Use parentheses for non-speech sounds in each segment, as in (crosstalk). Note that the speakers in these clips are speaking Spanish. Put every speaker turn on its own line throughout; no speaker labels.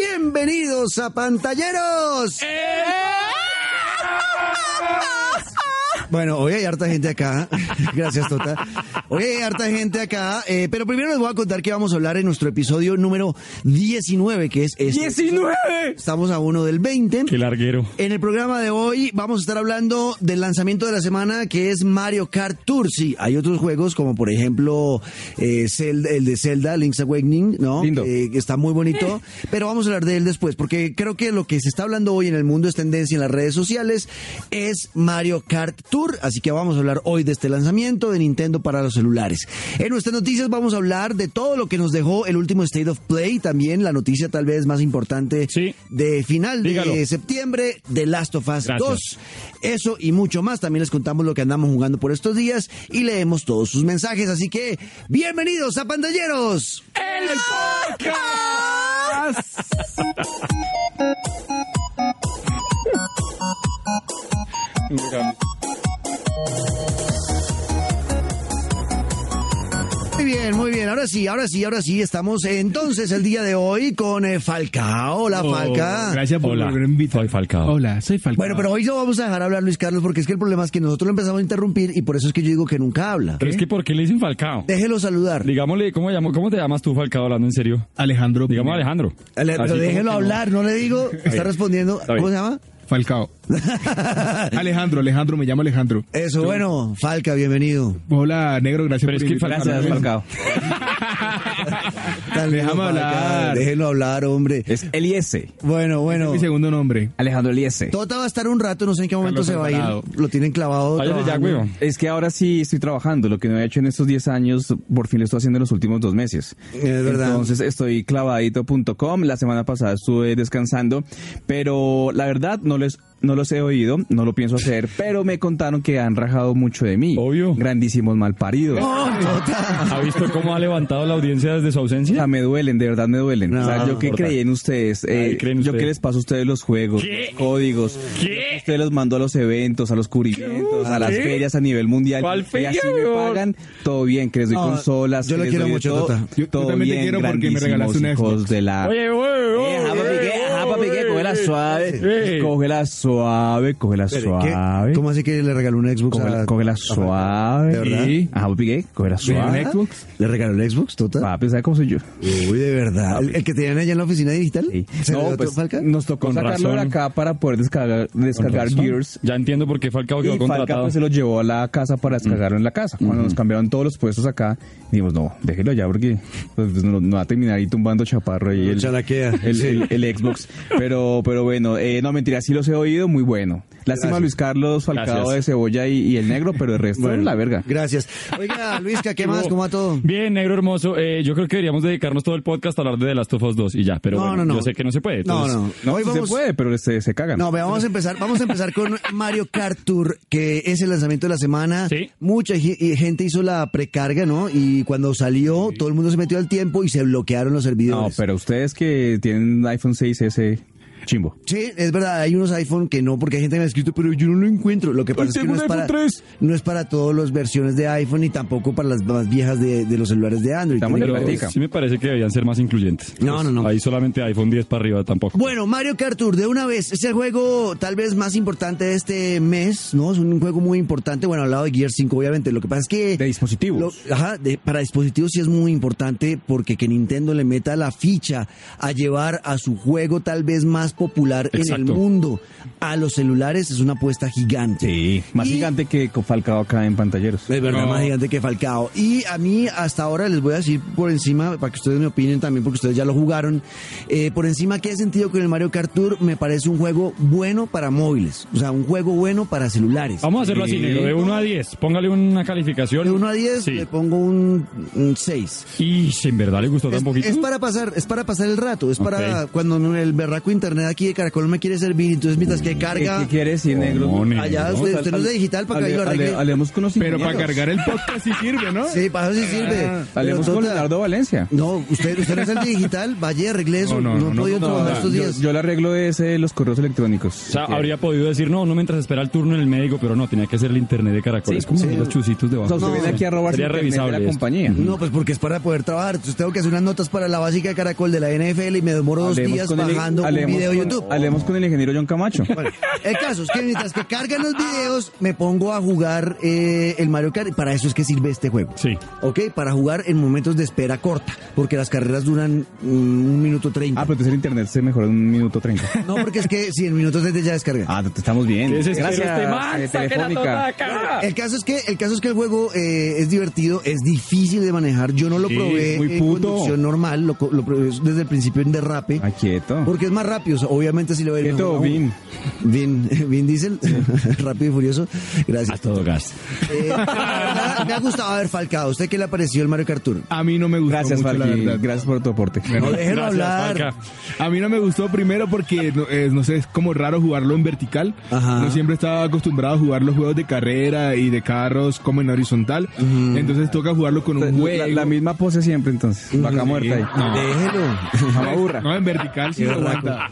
Bienvenidos a Pantalleros. Bueno, hoy hay harta gente acá. (laughs) Gracias, Tota. Hoy hay harta gente acá. eh, pero primero les voy a contar que vamos a hablar en nuestro episodio número 19, que es este.
¡19!
Estamos a uno del 20.
¡Qué larguero!
En el programa de hoy vamos a estar hablando del lanzamiento de la semana que es Mario Kart Tour. Sí, hay otros juegos como por ejemplo eh, Zelda- el de Zelda, Link's Awakening, ¿no?
Lindo.
Eh, que está muy
(laughs)
bonito, pero vamos a hablar de él después porque creo que lo que se está hablando hoy en el mundo es tendencia en las redes sociales es Mario Kart Tour, así que vamos a hablar hoy de este lanzamiento de Nintendo para los celulares. En nuestras noticias vamos a hablar de todo lo que nos dejó el último State of Play, también la noticia tal vez más importante
Sí.
de final de
Dígalo.
septiembre de Last of Us
Gracias.
2. Eso y mucho más. También les contamos lo que andamos jugando por estos días y leemos todos sus mensajes. Así que, bienvenidos a Pantalleros. Muy bien, muy bien. Ahora sí, ahora sí, ahora sí. Estamos eh, entonces el día de hoy con eh, Falcao. Hola, Falca.
Oh, Gracias por
Hola,
volver a invitar.
soy Oh, Falcao.
Hola, soy Falcao.
Bueno, pero hoy no vamos a dejar hablar Luis Carlos porque es que el problema es que nosotros lo empezamos a interrumpir y por eso es que yo digo que nunca habla.
Pero es que ¿por qué le dicen Falcao?
Déjelo saludar.
Digámosle, ¿cómo, llamo- ¿cómo te llamas tú, Falcao, hablando en serio?
Alejandro.
Digamos
Pineda.
Alejandro.
Ale-
Así
Ah, Pero
como Ah, que
déjelo
no.
hablar, no le
(laughs)
digo. Está
bien.
respondiendo.
Está bien.
¿Cómo se llama? (laughs)
Falcao. Alejandro, Alejandro, me llamo Alejandro.
Eso, bueno, Falca, bienvenido.
Hola, negro, gracias
Pero
por
es que
invitarme.
Falcao-
Tan
Déjame
lindo, Falca,
hablar.
Déjelo hablar, hombre.
Es Eliese,
Bueno, bueno.
Mi segundo nombre.
Alejandro Eliese.
Tota va a estar un rato, no sé en qué momento
Carlos
se va a
Alvarado.
ir. Lo tienen clavado. Ah,
Váyase ya,
trabajando.
güey.
Es que ahora sí estoy trabajando, lo que no he hecho en estos 10 años, por fin lo estoy haciendo en los últimos dos meses.
Es verdad.
Entonces estoy clavadito.com, la semana pasada estuve descansando, pero la verdad no les... No los he oído, no lo pienso hacer, pero me contaron que han rajado mucho de mí.
Obvio.
Grandísimos malparidos.
Oh, Tota.
¿Ha visto cómo ha levantado la audiencia desde su
O sea,
ausencia?
me duelen, de verdad me duelen.
No,
o sea,
no
yo qué
importa.
creí en ustedes. eh,
Ay, creen
yo
ustedes.
qué les paso a ustedes los juegos,
¿Qué?
los códigos.
¿Qué?
Ustedes los mando a los eventos, a los cubrimientos, a las
¿Qué?
ferias a nivel mundial.
¿Cuál feria,
y así me
weón?
pagan, todo bien, que les doy
No,
consolas.
yo
que
lo
les
quiero
doy
mucho,
todo,
Tota.
Yo- yo
todo
también te
bien,
quiero porque me regalaste una
grandísimos hijos
Xbox.
de la...
Oye, güey,
Eh,
oye,
ajá, papi, ¿qué?
oye,
Ajá, papi, ¿qué? Cógela suave.
Eh.
Cógela suave, cógela
Espere, ¿qué?
suave.
¿Cómo así que le regaló un Xbox?
Cógela,
a- Tota?
cógela
a Falca? ¿De
suave.
verdad?
Sí.
Ajá, papi, ¿qué? Cógela
¿Suave?
suave.
Xbox?
¿Le regaló un Xbox, Tota?
Papi, ¿sabes cómo soy yo?
Uy, de verdad. ¿El, el que tenían allá en la oficina digital?
Sí.
¿Se le
No,
dio
pues,
Falca?
nos tocó
Con
sacarlo de
razón.
acá para poder descargar, descargar Gears.
Ya entiendo por qué Falcao
Y
quedó
Falca
contratado.
pues, se lo llevó a la casa para descargarlo en la casa. Cuando nos cambiaron todos los puestos acá, dijimos, no, déjelo ya porque pues, no, no va a terminar ahí tumbando chaparro y el,
Chalaquea.
(laughs) el,
Sí.
el- el Xbox. Pero, pero bueno, eh, no mentira, sí los he oído, muy bueno. Lástima
Gracias.
Luis Carlos, Falcao
Gracias.
de Cebolla y, y el negro, pero el resto la verga.
Gracias. Oiga, Luisca,
(laughs)
¿qué más? ¿Cómo va todo?
Bien, negro hermoso. Eh, yo creo que deberíamos dedicarnos todo el podcast a hablar de The Last of Us 2 y ya, pero
No,
bueno,
no, no.
yo sé que no se puede.
No,
entonces-
no.
No,
Hoy
sí
vamos-
se puede, pero se, se cagan.
No, vea, vamos a empezar, vamos a empezar con Mario Kart Tour, que es el lanzamiento de la semana.
Sí.
Mucha gi- y gente hizo la precarga, ¿no? Y cuando salió, todo el mundo se metió al tiempo y se bloquearon los
no,
servidores.
pero ustedes que tienen iPhone 6S, chimbo.
Sí, es verdad, hay unos iPhone que no, porque hay gente que me ha escrito, pero yo no lo encuentro. Lo que pasa es que
tengo
no es,
un
para,
iPhone 3.
no es para todas las versiones de iPhone y tampoco para las más viejas de, de los celulares de Android.
Estamos
Tiene
en
que
el
ver-
platica.
Pero sí me parece que deberían ser más incluyentes. Pues
No, no, no.
Ahí solamente iPhone 10 para arriba tampoco.
Bueno, Mario Kart Tour, de una vez, es el juego tal vez más importante de este mes, ¿no? Es un juego muy importante, bueno, al lado de Gear 5, obviamente. Lo que pasa es que...
De dispositivos.
Lo- ajá, de- para dispositivos sí es muy importante porque que Nintendo le meta la ficha a llevar a su juego tal vez más popular en el
Exacto.
mundo a los celulares es una apuesta gigante.
Sí, más
Y-
gigante que con Falcao acá en pantalleros.
Es verdad,
No.
más gigante que Falcao. Y a mí, hasta ahora, les voy a decir por encima, para que ustedes me opinen también, porque ustedes ya lo jugaron. eh, por encima, que he sentido con el Mario Kart Tour, me parece un juego bueno para móviles. O sea, un juego bueno para celulares.
Vamos a hacerlo así,
Sí.
negro, de 1 a 10. Póngale una calificación.
De 1 a 10,
Sí.
le pongo un 6.
Y si en verdad le gustó
Es,
tan poquito. uh,
es para pasar, es para pasar el rato, es para
Ok.
cuando en el berraco internet internet aquí de Caracol me quiere servir, entonces mientras que carga...
Mm. ¿Qué quieres decir, negro?
Cojones,
Allá
¿no?
usted, usted no es de digital para que ahí lo arregle.
Hablemos con los
Pero para
ingenieros.
cargar el podcast sí sirve, ¿no?
Sí, para eso sí sirve. Pero
Ah, Hablemos con
tota,
Leonardo Valencia.
No, usted, usted no es el digital, vaya y arregle eso. No,
No, no,
he
no,
podido
No,
trabajar
no,
estos
yo,
días.
yo le arreglo ese los correos electrónicos.
O sea, habría podido decir, no, no mientras espera el turno en el médico, pero no, tenía que hacer el internet de caracol.
Sí,
es como
sí.
los chusitos de
O
abajo.
sea, usted viene aquí a robarse
Sería
internet de
revisable
la
esto.
compañía.
No, pues porque es para poder trabajar. Entonces tengo que hacer unas notas para la básica de Caracol de la NFL y me demoro dos
Hablemos
días
con el-
bajando un
hablemos
video de
con-
YouTube.
Hablemos con el ingeniero John Camacho.
Bueno, el caso es que mientras que cargan los videos, me pongo a jugar eh, el Mario Kart. y Para eso es que sirve este juego.
Sí.
Ok, para jugar en momentos de espera corta, porque las carreras duran mm, un minuto
Ah,
treinta.
pero entonces el internet se mejora en un minuto treinta.
No, porque es que si en minutos treinta ya descargan.
Ah, te- estamos bien.
¿Qué es este-
Gracias,
este man?
eh,
Saque la tonta de
Telefónica.
acá.
El caso es que el caso es que el juego eh, es divertido, es difícil de manejar. Yo no lo
Sí,
probé
muy
en
puto.
conducción normal, lo, co- lo probé desde el principio en derrape.
Ay, Ah, quieto.
Porque es más rápido, o sea, obviamente si le va a ir
Quieto,
mejor a uno. Vin, (laughs) Vin Diesel, rápido y furioso.
A
Gracias.
todo gas.
Eh, la verdad, me ha gustado haber Falcao. ¿Usted qué le pareció el Mario Kart Tour?
A mí no me gustó
Gracias,
mucho, la
Falqui.
verdad.
Gracias por tu aporte.
No, déjelo
Gracias,
hablar.
Juanca.
A mí no me gustó primero porque, no, eh, no sé, es como raro jugarlo en vertical.
Ajá.
No siempre estaba acostumbrado a jugar los juegos de carrera y de carros como en horizontal. Entonces toca jugarlo con un juego.
La, la misma pose siempre, entonces. Vaca muerta ahí. (laughs)
No.
Déjelo.
Mamá burra.
No, en vertical sí
Qué
se
berraco.
aguanta.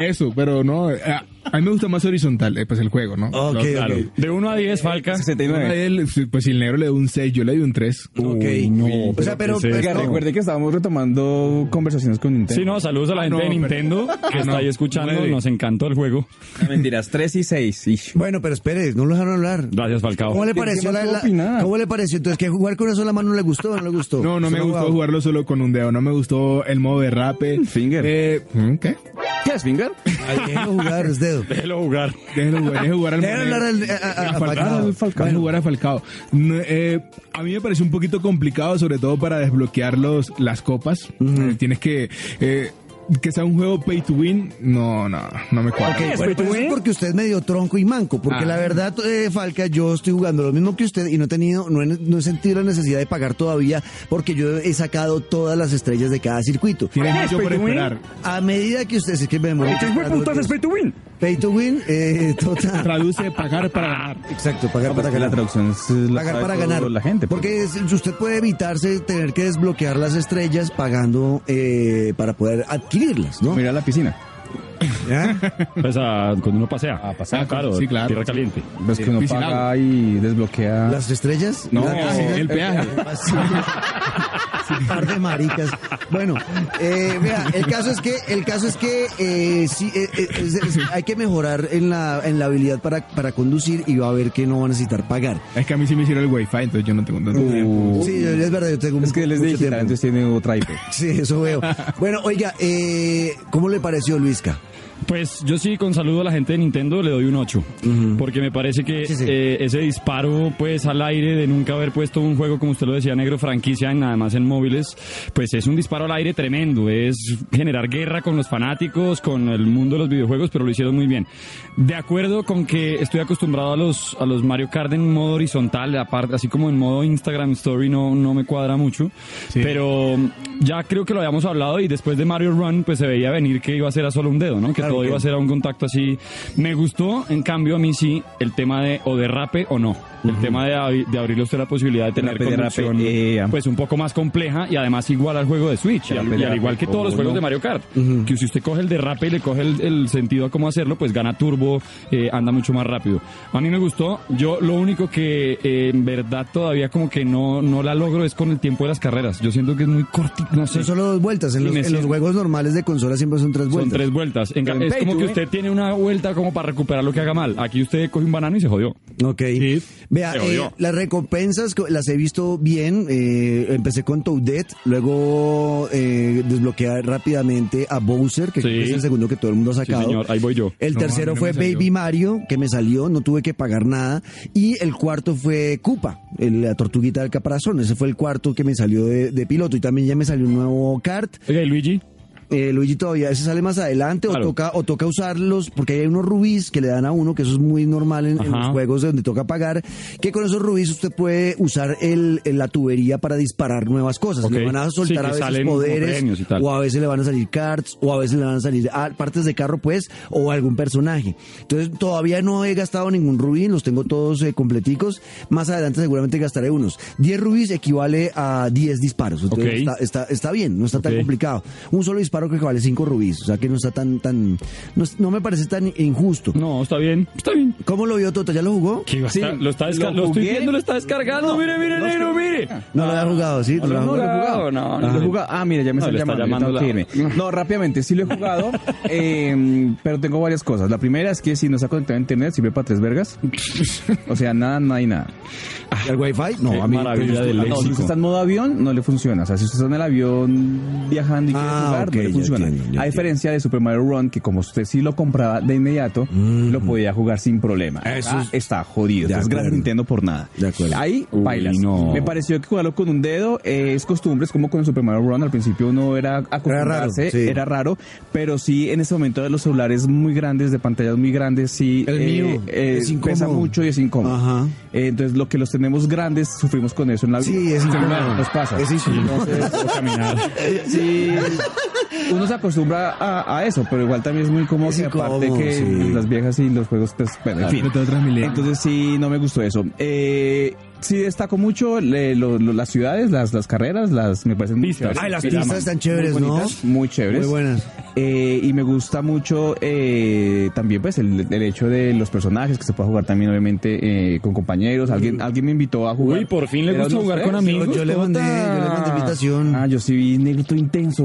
Eso, pero no. eh, A mí me gusta más horizontal, eh, pues el juego, ¿no?
Ok, ok.
Claro. De 1 a 10, Falca.
69.
A él, pues si el negro le dio un 6, yo le di un 3.
Ok.
no,
o sea, pero, pues,
pero ¿qué
pero-
es
Oiga, recuerde que estábamos retomando conversaciones con Nintendo.
Sí, no, saludos a la gente
Ah, No,
de
pero-
Nintendo que
Ah,
está ahí
no,
escuchando.
nueve.
Nos encantó el juego.
Ah, Mentiras, 3 y 6. ish.
Bueno, pero espere, no lo dejaron hablar.
Gracias, Falcao.
¿Cómo le
¿Qué- qué
pareció
más
la,
puedo
la-
opinar?
¿Cómo le pareció? Entonces, que jugar con una sola mano no le gustó, no le gustó.
No, no
Usted
me gustó
jugaba.
jugarlo solo con un dedo. No me gustó el modo de rape.
Finger.
Eh, ¿Qué?
¿Qué es, Finger?
Ay, déjelo
(laughs)
jugar, es dedo.
Déjelo jugar.
Déjelo jugar, déjelo jugar al
Déjalo
Monero.
hablar al- a- a- a
Ah, Falcao.
Falcao.
Falcao. Déjalo jugar a Falcao. No, eh, a mí me pareció un poquito complicado, sobre todo para desbloquear los, las copas. Eh, Tienes que... eh, que sea un juego pay to win, no, no, no me cuadra.
pues,
Ok, bueno, pero
¿eh?
eso es porque usted es medio tronco y manco, porque
Ah.
la verdad, eh, Falca, yo estoy jugando lo mismo que usted y no he tenido, no he, no he sentido la necesidad de pagar todavía, porque yo he sacado todas las estrellas de cada circuito.
Tienes mucho por
pay to win?
esperar.
A medida que usted, es que me demoré esperando los-
to win.
Pay to win, eh, (laughs) total.
Traduce pagar para ganar.
Exacto, pagar
No, pues
para
que la
ganar.
traducción es la
Pagar
sabe
para
todo
ganar.
La gente. pues.
Porque es- usted puede evitarse tener que desbloquear las estrellas pagando eh, para poder adquirirlas, ¿no?
Como ir a la piscina.
¿Ya?
Pues ah, cuando uno pasea.
Ah, pasea.
Ah, claro,
Sí, claro.
Tierra caliente.
Ves que uno
piscina.
paga y desbloquea.
¿Las estrellas?
No,
¿La casilla?
el peaje.
Sí. (laughs) Sí, par de maricas. Bueno, eh, vea, el caso es que, el caso es que eh, sí, eh, eh, es- es- hay que mejorar en la, en la habilidad para, para conducir y va a ver que no va a necesitar pagar.
Es que a mí sí me hicieron el wifi, entonces yo no tengo tanto tiempo.
Uh,
Sí, es verdad, yo tengo
es que él es
mucho
digital,
tiempo.
entonces tiene otra IP.
Sí, eso veo. Bueno, oiga, eh, ¿cómo le pareció Luisca?
Pues yo sí, con saludo a la gente de Nintendo, le doy un 8. Porque me parece que
Sí, sí.
eh, ese disparo pues al aire de nunca haber puesto un juego, como usted lo decía, negro franquicia, en, además en móviles, pues es un disparo al aire tremendo. Es generar guerra con los fanáticos, con el mundo de los videojuegos, pero lo hicieron muy bien. De acuerdo con que estoy acostumbrado a los, a los Mario Kart en modo horizontal, aparte, así como en modo Instagram Story, no, no me cuadra mucho.
Sí.
Pero ya creo que lo habíamos hablado y después de Mario Run, pues se veía venir que iba a ser a solo un dedo, ¿no? Que
Claro
todo
que-
iba a ser a un contacto así. Me gustó, en cambio, a mí sí, el tema de o derrape o no. El tema de, abri- de abrirle a usted la posibilidad de tener
Derrape, derrape,
conducción
eh,
pues un poco más compleja y además igual al juego de Switch y al,
Derrape,
y al
derrape,
igual que todos los
o
juegos
no.
de Mario Kart que si usted coge el derrape y le coge el, el sentido a cómo hacerlo pues gana turbo eh, anda mucho más rápido a mí me gustó yo lo único que eh, en verdad todavía como que no no la logro es con el tiempo de las carreras yo siento que es muy cortito no sé
Son solo dos vueltas. En
Sí,
los,
me
en
siento-
los juegos normales de consola siempre son tres
son
vueltas.
tres vueltas. En ca-
Pero en
es
pay
como
to
que
win.
usted tiene una vuelta como para recuperar lo que haga mal. Aquí usted coge un banano y se jodió.
Ok.
Sí.
Vea,
Se
eh,
jodió.
las recompensas co- las he visto bien. eh, empecé con Toadette, luego eh, desbloqueé rápidamente a Bowser, que creo que
Sí.
es el segundo que todo el mundo ha sacado.
señor, ahí voy yo.
El
No,
tercero
a mí no
fue
me salió.
Baby Mario, que me salió, no tuve que pagar nada. Y el cuarto fue Koopa, el- la tortuguita del caparazón. Ese fue el cuarto que me salió de, de piloto. Y también ya me salió un nuevo kart.
Oiga, ¿y Luigi.
eh, Luigi todavía ese sale más adelante
Claro.
o toca o toca usarlos porque hay unos rubíes que le dan a uno que eso es muy normal en, en
Ajá.
los juegos donde toca pagar que con esos rubíes usted puede usar el, el- la tubería para disparar nuevas cosas
Ok.
le van a
Sí, que
soltar a veces
salen como premios
poderes
y tal.
o a veces le van a salir cards o a veces le van a salir ah, partes de carro pues o algún personaje entonces todavía no he gastado ningún rubí los tengo todos eh, completicos más adelante seguramente gastaré unos 10 rubíes equivale a 10 disparos entonces
Ok.
está, está, está bien no está tan
Ok.
complicado un solo disparo que vale 5 rubíes o sea que no está tan tan no, es- no me parece tan injusto
No, está bien, está bien.
¿Cómo lo vio Toto? ¿Ya lo jugó?
Que
Sí,
está- lo está
lo
descargando, lo, estoy
jugué.
viendo, lo está descargando. mire, mire, negro, mire.
No lo había jugado, ¿sí?
No lo
había
he
jugado.
jugado, no, no lo
Ah,
he
¿lo
jugado.
juga- Ah, mira, ya me
No,
están
le está
llamando. yo tengo
llamando
que irme. No, rápidamente, sí lo he jugado, eh, pero tengo varias cosas. La primera es que si no está conectado a internet, sirve para tres vergas. O sea, nada, no hay nada.
¿Y ¿El wifi? No,
Qué
a mí
maravilla
pues,
del
no,
éxito.
No, si usted está en modo avión, no le funciona. O sea, si usted está en el avión viajando y quiere
Ah,
jugar,
ok,
no le
ya
funciona.
entiendo, ya entiendo.
a diferencia de Super Mario Run, que como usted sí lo compraba de inmediato, lo podía jugar sin problema.
Mm. Ah, Eso
Acá
es-
está jodido.
De
Entonces, gracias
acuerdo.
Nintendo por nada.
De acuerdo.
Ahí,
Uy,
bailas.
no.
Me pareció que jugarlo con un dedo eh, es costumbre, es como con el Super Mario Run. Al principio no era acostumbrarse,
Era raro, sí.
era raro, pero sí en ese momento de los celulares muy grandes, de pantallas muy grandes, sí eh,
El mío, es
pesa
incómodo.
mucho y es incómodo.
Ajá.
Eh, entonces, lo que los tenemos grandes, sufrimos con eso en la vida.
Sí, es incómodo.
Nos pasa.
Es incómodo.
Entonces, sí, (laughs) uno se acostumbra a, a eso, pero igual también es muy cómodo.
Es
que aparte
incómodo,
que
sí.
las viejas y los juegos, pues, bueno, en fin.
Pero te otras milenias.
Entonces sí, no me gustó eso. Eh, sí destaco mucho le- lo- lo- las ciudades, las, las carreras, las me parecen muy
Pistas.
chéveres.
Ay, las
Piramas.
pistas están chéveres,
muy
¿no?
bonitas, Muy chéveres.
Muy buenas.
Eh, y me gusta mucho eh, también pues el, el hecho de los personajes que se puede jugar también obviamente eh, con compañeros. Alguien alguien me invitó a jugar.
Uy, por fin le
Era
gusta
unos
jugar
tres.
con amigos.
Yo, yo le mandé, yo le mandé invitación.
Ah, yo sí vi negrito intenso.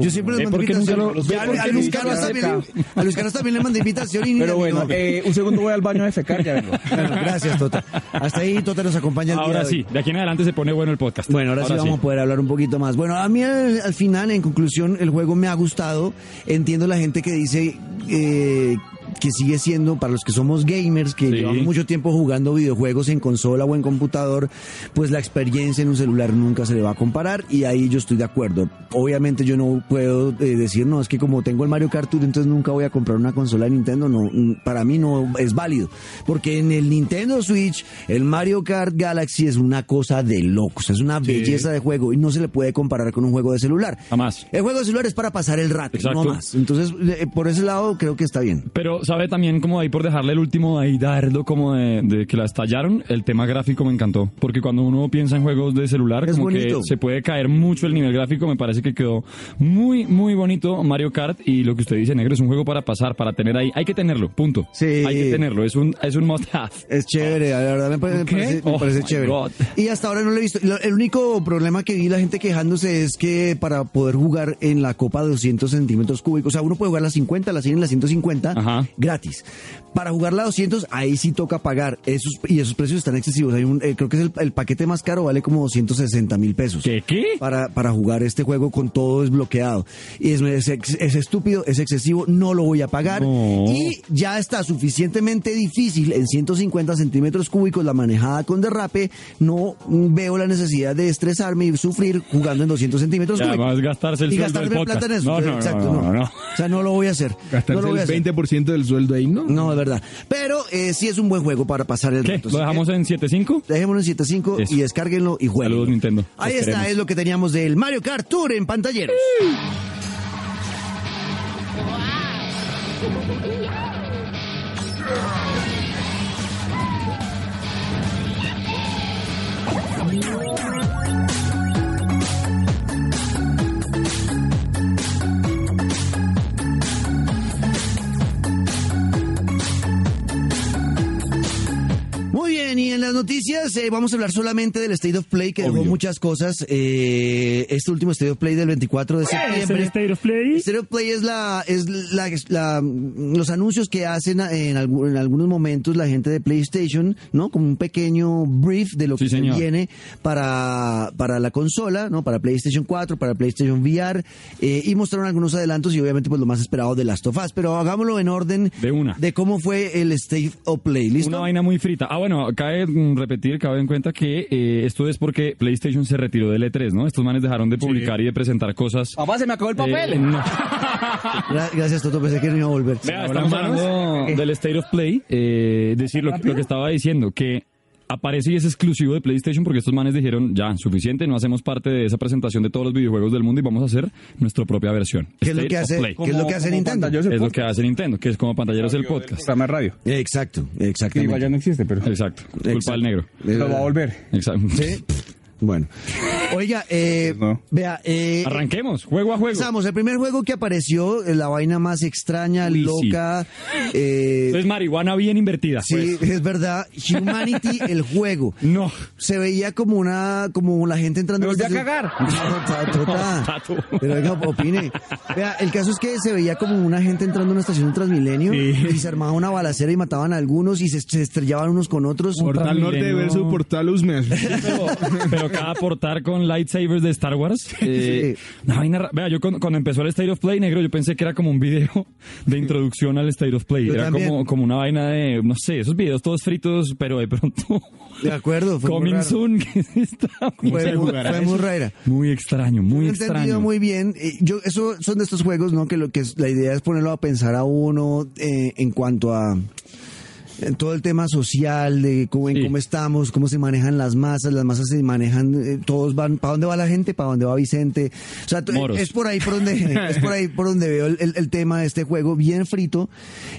(laughs) Yo siempre
Eh,
les mando
¿por qué
invitación.
nunca lo-
Ya,
¿por
a,
qué
Luis
nunca
Carlos
lo
también,
acepta?
a Luis Carlos también le mandé invitación y ni a
Pero
mí
bueno,
no.
eh, un segundo voy al baño a defecar, ya vengo.
Bueno, gracias, Tota. Hasta ahí Tota nos acompaña. el día
Ahora
de hoy.
sí, de aquí en adelante se pone bueno el podcast.
Bueno, ahora, sí vamos a poder hablar un poquito más. Bueno, a mí al, al final, en conclusión, el juego me ha gustado. Entiendo la gente que dice eh, que sigue siendo, para los que somos gamers, que
Sí.
llevamos mucho tiempo jugando videojuegos en consola o en computador, pues la experiencia en un celular nunca se le va a comparar y ahí yo estoy de acuerdo. Obviamente yo no puedo eh, decir, no, es que como tengo el Mario Kart Tour, entonces nunca voy a comprar una consola de Nintendo. No, mm, para mí no es válido. Porque en el Nintendo Switch, el Mario Kart Galaxy es una cosa de locos. Es una belleza de juego y no se le puede comparar con un juego de celular.
Jamás.
El juego de celular es para pasar el rato,
Exacto.
no más. Entonces, eh, por ese lado creo que está bien.
Pero, ¿sabe también como ahí por dejarle el último ahí dardo como de, de que la estallaron? El tema gráfico me encantó. Porque cuando uno piensa en juegos de celular,
Es
como
bonito.
que se puede caer mucho el nivel gráfico. Me parece que quedó muy, muy bonito Mario Kart. Y lo que usted dice, negro, es un juego para pasar, para tener ahí. Hay que tenerlo, punto.
Sí.
Hay que tenerlo. Es un, es un must have.
Es chévere, la verdad me parece, me
¿Qué?
parece- me
Oh
parece
my
chévere.
God.
Y hasta ahora no lo he visto. Lo- El único problema que vi la gente quejándose es que para poder jugar en la copa de 200 centímetros cúbicos, o sea, uno puede jugar la 50, la 100 y la 150
Ajá.
gratis. Para jugar la 200, ahí sí toca pagar. Esos, y esos precios están excesivos. Hay un, eh, creo que es el, el paquete más caro, vale como 260 mil pesos
¿Qué? ¿Qué?
para, para jugar este juego con todo desbloqueado. Y es, es, ex- es estúpido, es excesivo, no lo voy a pagar.
No.
Y ya está suficientemente difícil en 150 centímetros cúbicos la manejada con derrape. No veo la necesidad de estresarme y sufrir jugando en 200 centímetros
Y
cúbicos.
además gastarse el
y
sueldo
gastarme
del
plata en
podcast.
eso.
No, no, no,
Exacto,
no, no.
O sea, no lo voy a hacer. no
Gastarse
lo voy a
el
hacer.
20% del sueldo ahí, ¿no?
No, es verdad. Pero eh, sí es un buen juego para pasar el
¿Qué?
rato.
¿Lo
Así que-
dejamos en 7.5?
Dejémoslo en 7.5
Eso.
y descárguenlo y jueguen.
Saludos, Nintendo.
Ahí
Los
está,
queremos.
es lo que teníamos del Mario Kart Tour en pantalleros. Muy bien, y en las noticias eh, vamos a hablar solamente del State of Play que dejó
Obvio.
muchas cosas. Eh, este último State of Play del 24 de
Es el
septiembre.
State of Play.
Stereo Play es la es la, es la- los anuncios que hacen eh, en, algu- en algunos momentos la gente de PlayStation, ¿no? Como un pequeño brief de lo
Sí,
que se
señor.
viene para, para la consola, ¿no? Para PlayStation 4, para PlayStation VR eh, y mostraron algunos adelantos y obviamente pues lo más esperado de Last of Us, pero hagámoslo en orden
De una.
de cómo fue el State of Play, ¿listo?
Una vaina muy frita. Ah, bueno, cabe mm, repetir, cabe en cuenta que eh, esto es porque PlayStation se retiró del E3, ¿no? Estos manes dejaron de publicar y de presentar cosas.
(laughs) Papá, se me acabó el papel.
(laughs)
Eh, no.
Gra- Gracias, Toto. Pensé que no iba a volver.
Vea, estamos hablando del State of Play. eh, decir lo, lo que estaba diciendo, que aparece y es exclusivo de PlayStation porque estos manes dijeron, ya, suficiente, no hacemos parte de esa presentación de todos los videojuegos del mundo y vamos a hacer nuestra propia versión.
¿Qué es lo
State
que
of
hace,
Play.
¿qué es lo que hace Nintendo?
pantalloso
Es lo
podcast.
que hace Nintendo, que es como pantalleros el podcast.
Programa de radio.
Exacto,
Que igual ya
exactamente.
no existe, pero
Exacto. Culpa
Exacto.
del negro.
lo va a volver.
Exacto.
Sí. Bueno. Oiga, eh,
No.
vea, eh,
Arranquemos, juego a juego.
Empezamos, el primer juego que apareció, eh, la vaina más extraña,
Uy, sí.
loca, eh,
Es marihuana bien invertida.
sí,
pues.
es verdad, Humanity, el juego.
(laughs) No.
Se veía como una, como la gente entrando.
Me volví a
Entonces-
cagar.
No, tota.
Tato.
Pero oiga, opine. Vea, el caso es que se veía como una gente entrando a una estación de Transmilenio y se armaba una balacera y mataban a algunos y se, se estrellaban unos con otros.
Portal Norte
Transmilenio.
versus Portal Usmes.
Pero, pero cada portar con lightsabers de Star Wars. eh, una vaina ra- Vea, yo cuando, cuando empezó el State of Play negro, yo pensé que era como un video de introducción al State of Play.
Yo
Era
también.
como, como una vaina de, no sé, esos videos todos fritos, pero de pronto.
De acuerdo, fue muy
Coming
raro.
soon, (laughs) que es esta
Fue,
mierda?
muy- fue muy rara.
Muy extraño, muy
No he
extraño.
entendido muy bien. Eh, Yo, eso son de estos juegos, ¿no? Que lo que es- la idea es ponerlo a pensar a uno eh, en cuanto a en todo el tema social, de cómo, en
Sí.
cómo estamos, cómo se manejan las masas, las masas se manejan, eh, todos van, ¿para dónde va la gente? ¿Para dónde va Vicente? O sea, t-
Moros.
es por ahí por donde,
(laughs)
es por ahí por donde veo el, el- el tema de este juego bien frito.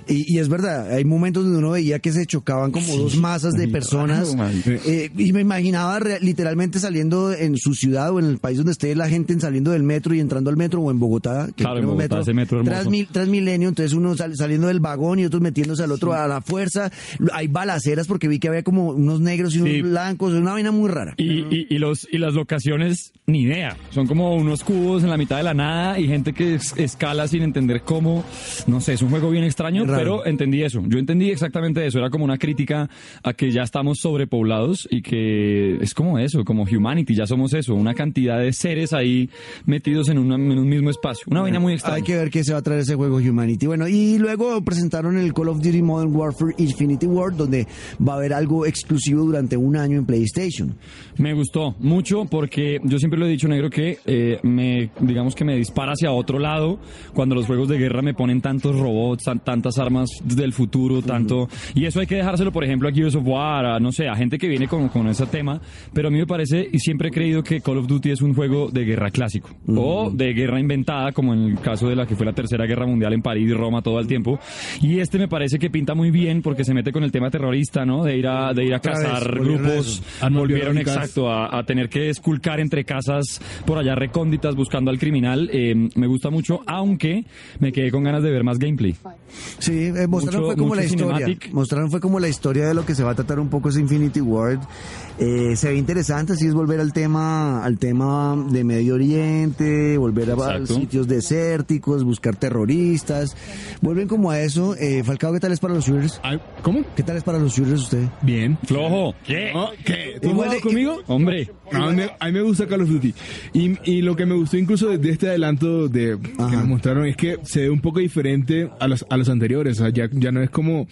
Y, y es verdad, hay momentos donde uno veía que se chocaban como dos masas
(laughs)
de
muy
personas.
raro, man.
Eh, y me imaginaba re- literalmente saliendo en su ciudad o en el país donde esté la gente saliendo del metro y entrando al metro o en Bogotá. Que
Claro, en
tenemos
Bogotá, ese metro hermoso.
Transmil- Transmilenio, entonces uno sal- saliendo del vagón y otros metiéndose al otro a la fuerza. Hay balaceras porque vi que había como unos negros y unos
Sí.
blancos, una vaina muy rara.
Y, y, y los, y las locaciones, ni idea. Son como unos cubos en la mitad de la nada y gente que es- escala sin entender cómo. No sé, es un juego bien extraño,
Raro.
pero entendí eso. Yo entendí exactamente eso. Era como una crítica a que ya estamos sobrepoblados y que es como eso, como humanity, ya somos eso. Una cantidad de seres ahí metidos en, una- en un mismo espacio. Una vaina muy extraña.
Hay que ver qué se va a traer ese juego Humanity. Bueno, y luego presentaron el Call of Duty Modern Warfare Infinity War, donde va a haber algo exclusivo durante un año en PlayStation.
Me gustó mucho porque yo siempre lo he dicho, negro, que eh, me, digamos que me dispara hacia otro lado cuando los juegos de guerra me ponen tantos robots, tan- tantas armas del futuro, tanto. Y eso hay que dejárselo, por ejemplo, a Gears of War, a, no sé, a gente que viene con, con ese tema. Pero a mí me parece, y siempre he creído que Call of Duty es un juego de guerra clásico o de guerra inventada, como en el caso de la que fue la Tercera Guerra Mundial en París y Roma todo el tiempo. Y este me parece que pinta muy bien porque se mete con el tema terrorista, ¿no? De ir a, de ir a
Otra vez,
cazar
volvieron a
grupos,
eso.
Armas
volvieron
biológicas.
exacto respecto a, a tener que esculcar entre casas por allá recónditas buscando al criminal, eh, me gusta mucho, aunque me quedé con ganas de ver más gameplay.
Sí, eh, mostraron
Mucho-
fue como
mucho
la historia.
cinematic.
Mostraron fue como la historia de lo que se va a tratar un poco ese Infinity World. Eh, se ve interesante, así es volver al tema, al tema de Medio Oriente, volver a, a
Exacto.
sitios desérticos, buscar terroristas. Vuelven como a eso. Eh, Falcao, ¿qué tal es para los shooters?
Ay, ¿Cómo?
¿Qué tal es para los shooters usted?
Bien.
Flojo. ¿Qué?
Oh, ¿Qué? ¿Tú has
Igual
jugado
de-
conmigo?
Hombre.
A mí, a mí me gusta Call of Duty. Y, y lo que me gustó incluso de, de este adelanto de,
Ajá.
que nos mostraron es que se ve un poco diferente a los, a los anteriores. O sea, ya, ya no es como...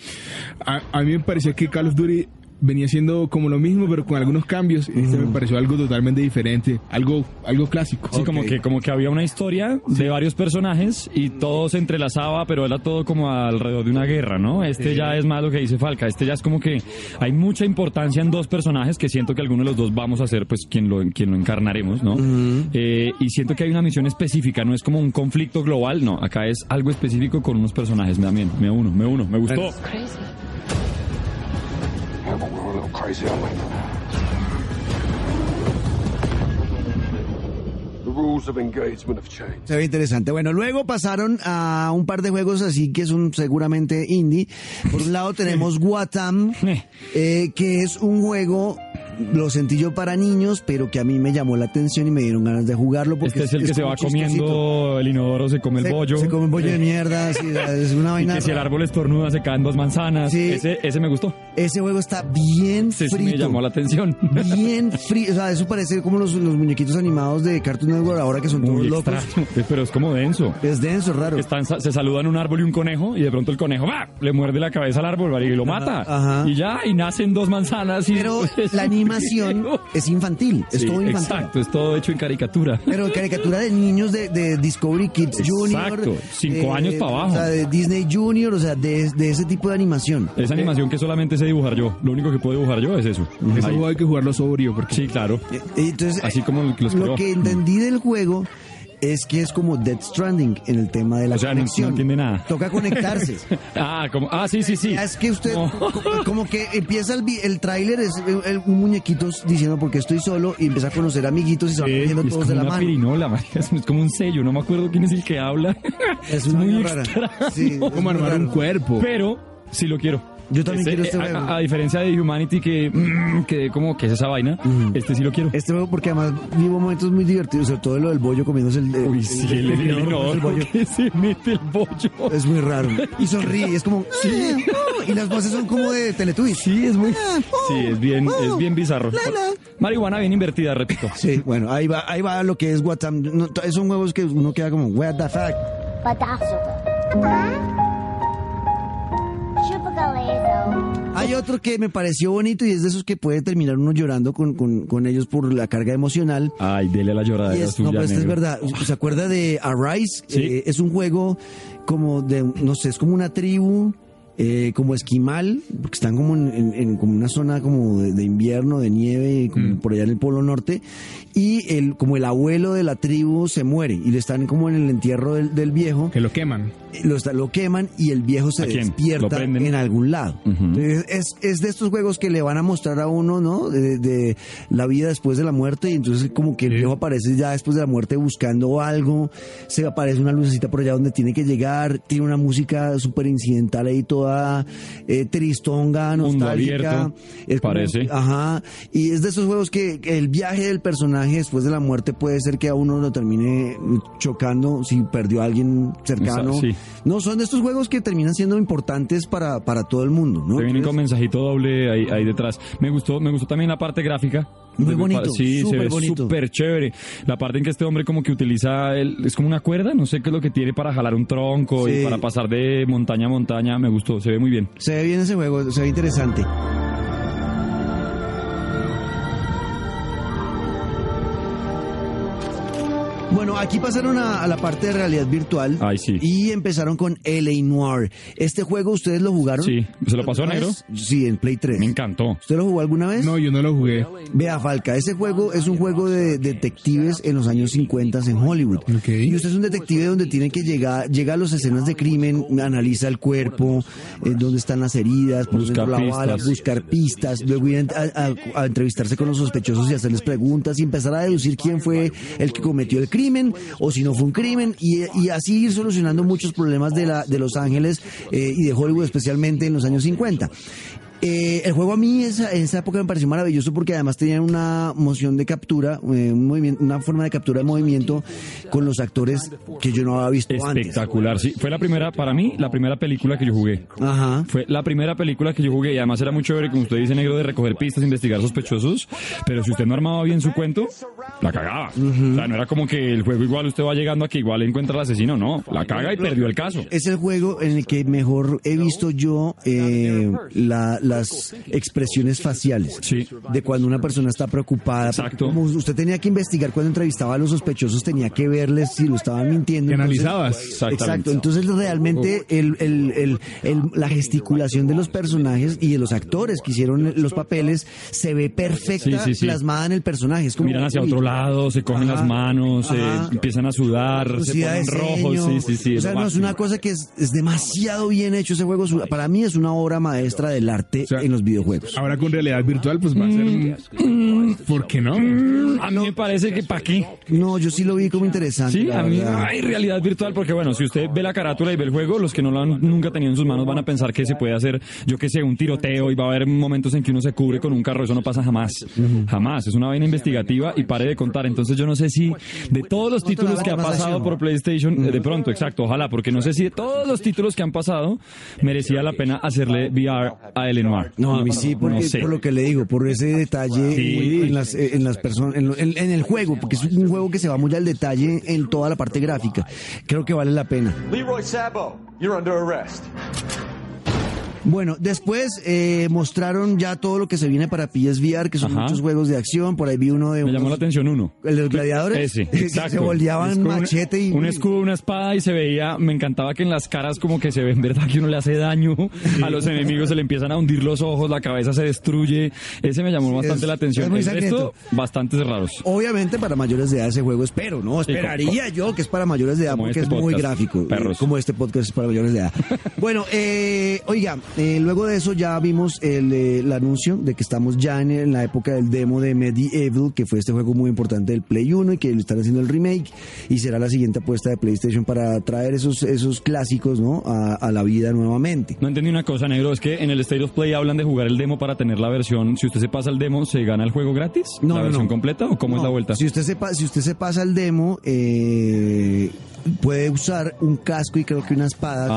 A, a mí me parecía que Call of Duty venía siendo como lo mismo, pero con algunos cambios. Y este me pareció algo totalmente diferente. Algo, algo clásico.
Sí, como
Ok.
que como que había una historia de varios personajes y todo se entrelazaba, pero era todo como alrededor de una guerra, ¿no? Este ya es más lo que dice Falca, este ya es como que hay mucha importancia en dos personajes que siento que alguno de los dos vamos a ser, pues quien lo quien lo encarnaremos, ¿no? Eh, y siento que hay una misión específica, no es como un conflicto global, no, acá es algo específico con unos personajes, me da miedo, me uno, me uno, me gustó.
crazy.
Yeah, but we're a little crazy, aren't we? The rules of engagement have changed.
Se ve interesante. Bueno, luego pasaron a un par de juegos así que son seguramente indie. Por un lado tenemos Watam, eh, que es un juego, lo sentí yo para niños, pero que a mí me llamó la atención y me dieron ganas de jugarlo. Porque
Este es el que se
como
va
chistosito.
comiendo el inodoro, se come el
Se-
bollo.
Se come un bollo de mierda, sí, es una
(laughs) Y
vaina.
que si el
rara.
árbol estornuda se caen dos manzanas.
Sí.
Ese, ese me gustó.
Ese juego está bien
Sí, sí,
frito.
me llamó la atención.
Bien frito. O sea, eso parece como los, los muñequitos animados de Cartoon Network ahora que son todos
Muy
locos.
extraño. Eh, Pero es como denso.
Es denso, es raro.
Están, sa- se saludan un árbol y un conejo y de pronto el conejo ¡bah! le muerde la cabeza al árbol y lo mata.
ajá.
Y ya, y nacen dos manzanas. Y (laughs)
Pero la animación es infantil. Es
Sí,
todo infantil.
Exacto, es todo hecho en caricatura.
Pero caricatura de niños de, de Discovery Kids Junior. eh,
Exacto, cinco años pa' abajo.
O sea, de Disney Junior, o sea, de, de ese tipo de animación.
Esa animación que solamente sé dibujar yo. Lo único que puedo dibujar yo es eso.
Ese
Ahí.
juego hay que jugarlo sobrio porque
Sí, claro.
Eh, Entonces,
Así como el que los
lo
creó.
que entendí del juego es que es como Dead Stranding en el tema de la
O sea, no- no
conexión.
entiende nada.
Toca
(laughs)
conectarse.
Ah, como, ah, sí, sí, sí.
Es que usted, (laughs)
No.
co- como que empieza el, vi- el tráiler, es el- el- un muñequito diciendo porque estoy solo y empieza a conocer amiguitos y se van
Sí,
cogiendo
es
todos
como
de la
una
mano.
pirinola, (laughs) marica, es como un sello, no me acuerdo quién es el que habla.
Es una
muy
vaina rara.
extraño.
Sí, es
como
muy
armar un
raro.
cuerpo.
Pero sí lo quiero.
Yo también
Ese,
quiero este
eh,
juego.
a- A, a diferencia de Humanity, que mm, quedé como que es esa vaina, este sí lo quiero.
Este juego, porque además vivo momentos muy divertidos, sobre todo lo del bollo comiéndose el. el-
Uy,
el-
sí,
el- el-
el, el,
el- el
enojo
bollo.
que se mete el bollo.
Es muy raro. Y sonríe, y es como. "Ah, oh", Y las voces son como de Teletubbies.
Sí, es muy.
Ah, oh,
Sí, es bien,
oh,
es bien bizarro.
la, la.
Marihuana bien invertida, repito.
Sí, bueno, ahí va, ahí va lo que es WhatsApp. No, t- son juegos que uno queda como, what the fuck.
Pedaço. Chupa galera.
Hay otro que me pareció bonito y es de esos que puede terminar uno llorando con, con, con ellos por la carga emocional.
Ay, dele a la llorada
Y es- no, pero este es verdad. ¿Se acuerda de Arise?
Sí.
Eh, es un juego como de, no sé, es como una tribu, eh, como esquimal, porque están como en, en- en como una zona como de, de invierno, de nieve, como por allá en el Polo Norte, y el, como el abuelo de la tribu se muere y le están como en el entierro del, del viejo
que lo queman.
lo, está- lo queman y el viejo
¿A
se
quién? ¿Lo
despierta
prenden?
en algún lado.
Ujú.
Entonces, es, es de estos juegos que le van a mostrar a uno, ¿no? De, de la vida después de la muerte y entonces como que el viejo aparece ya después de la muerte buscando algo, se aparece una lucecita por allá donde tiene que llegar, tiene una música súper incidental ahí toda eh, tristonga,
Mundo
nostálgica.
abierto,
Es como-
parece.
Ajá. Y es de esos juegos que que el viaje del personaje después de la muerte puede ser que a uno lo termine chocando si perdió a alguien cercano.
Exacto, sí.
No, son de estos juegos que terminan siendo importantes para, para todo el mundo, ¿no?
Te vienen
Entonces,
con mensajito doble ahí, ahí detrás. Me gustó, me gustó también la parte gráfica.
Muy
Me-
bonito,
Sí, se
súper
ve
bonito.
súper chévere. La parte en que este hombre como que utiliza, el- es como una cuerda, no sé qué es lo que tiene para jalar un tronco
Sí.
y para pasar de montaña a montaña. Me gustó, se ve muy bien.
Se ve bien ese juego, se ve interesante. Bueno, aquí pasaron a, a la parte de realidad virtual
Ay, sí.
y empezaron con LA Noir. Este juego ustedes lo jugaron.
Sí, ¿se lo pasó a
¿No
negro?
es? Sí, en Play 3.
Me encantó.
¿Usted lo jugó alguna vez?
No, yo no lo jugué.
Vea, Falca, ese juego es un juego de detectives en los años 50 en Hollywood.
Ok.
Y usted es un detective donde tiene que llegar, llega a las escenas de crimen, analiza el cuerpo, eh, dónde están las heridas, por
Busca
dentro la bala,
pistas.
buscar pistas, luego ir a, a- a entrevistarse con los sospechosos y hacerles preguntas y empezar a deducir quién fue el que cometió el crimen o si no fue un crimen y, y así ir solucionando muchos problemas de, la, de Los Ángeles eh, y de Hollywood especialmente en los años 50. Eh, el juego a mí esa, esa época me pareció maravilloso porque además tenían una moción de captura, eh, un movimiento- una forma de captura de movimiento con los actores que yo no había visto antes.
Espectacular, sí. Fue la primera, para mí, la primera película que yo jugué.
Ajá.
Fue la primera película que yo jugué y además era muy chévere, como usted dice, negro, de recoger pistas, investigar sospechosos. Pero si usted no armaba bien su cuento, la cagaba. O sea, no era como que el juego igual usted va llegando a que igual encuentra al asesino, no. La caga y perdió el caso.
Es el juego en el que mejor he visto yo eh, la- las expresiones faciales.
Sí.
De cuando una persona está preocupada.
Exacto.
Como usted tenía que investigar cuando entrevistaba a los sospechosos, tenía que verles si lo estaban mintiendo.
Que
Entonces-
analizabas.
Exacto, entonces realmente el, el- el- el- la gesticulación de los personajes y de los actores que hicieron los papeles se ve perfecta,
Sí, sí, sí.
plasmada en el personaje. Es como,
Miran hacia
uy,
otro lado, se cogen
Ajá.
las manos, eh,
Ajá.
empiezan a sudar, se
velocidad
ponen
Pues de
rojos.
diseño.
Sí, sí, sí.
O
es
sea, no,
lo
es
máximo.
una cosa que es, es demasiado bien hecho ese juego. Es una- Para mí es una obra maestra del arte
sea,
en los videojuegos.
Ahora con realidad virtual, pues va a
Mm.
ser. un- ¿Por qué no?
A mí me parece que pa' qué.
No, yo sí lo vi como interesante.
Sí,
la
a mí
verdad.
hay realidad virtual porque bueno, si usted ve la carátula y ve el juego, los que no lo han nunca tenido en sus manos van a pensar que se puede hacer, yo que sé, un tiroteo y va a haber momentos en que uno se cubre con un carro, eso no pasa jamás. Jamás, es una vaina investigativa y para paré de contar. Entonces yo no sé si de todos los
No te la
títulos
van
que
a
ha
más
pasado
acción.
por PlayStation, eh, de pronto, exacto, ojalá, porque no sé si de todos los títulos que han pasado merecía la pena hacerle VR a Ellen Mar.
No, a mí sí, porque,
No sé.
por lo que le digo, por ese detalle
Sí.
en las, eh, en las personas, en, lo- en- en el juego, porque es un juego que se va muy al detalle en toda la parte gráfica. Creo que vale la pena.
Leroy Sabo, you're under arrest.
Bueno, después eh, mostraron ya todo lo que se viene para PSVR, que son
Ajá.
muchos juegos de acción. Por ahí vi uno de
Me llamó la
unos-
atención uno.
el de los gladiadores.
Ese,
que (laughs)
exacto.
se
Es
volteaban
como una-
machete y.
Un escudo, una espada y se veía... Me encantaba que en las caras como que se ve en verdad que uno le hace daño a los enemigos, se le empiezan a hundir los ojos, la cabeza se destruye. Ese me llamó bastante
es-
la atención.
es muy
El resto,
sangriento.
bastantes raros.
Pues, Obviamente para mayores de edad ese juego espero, ¿no?
Sí,
Esperaría yo que es para mayores de edad
como
porque
este
es muy
podcast,
gráfico.
perros.
eh, Como este podcast es para mayores
(laughs)
de edad. bueno, eh, oiga, eh, luego de eso ya vimos el, eh, el anuncio de que estamos ya en, en la época del demo de Medieval, que fue este juego muy importante del Play 1 y que le están haciendo el remake y será la siguiente apuesta de PlayStation para traer esos, esos clásicos, ¿no? A, a la vida nuevamente.
No entendí una cosa, negro. Es que en el State of Play hablan de jugar el demo para tener la versión. Si usted se pasa el demo, ¿se gana el juego gratis?
No,
¿La
no,
versión
no.
completa o cómo es
No,
la vuelta?
Si usted se, pa- si usted se pasa el demo, eh, puede usar un casco y creo que una espada.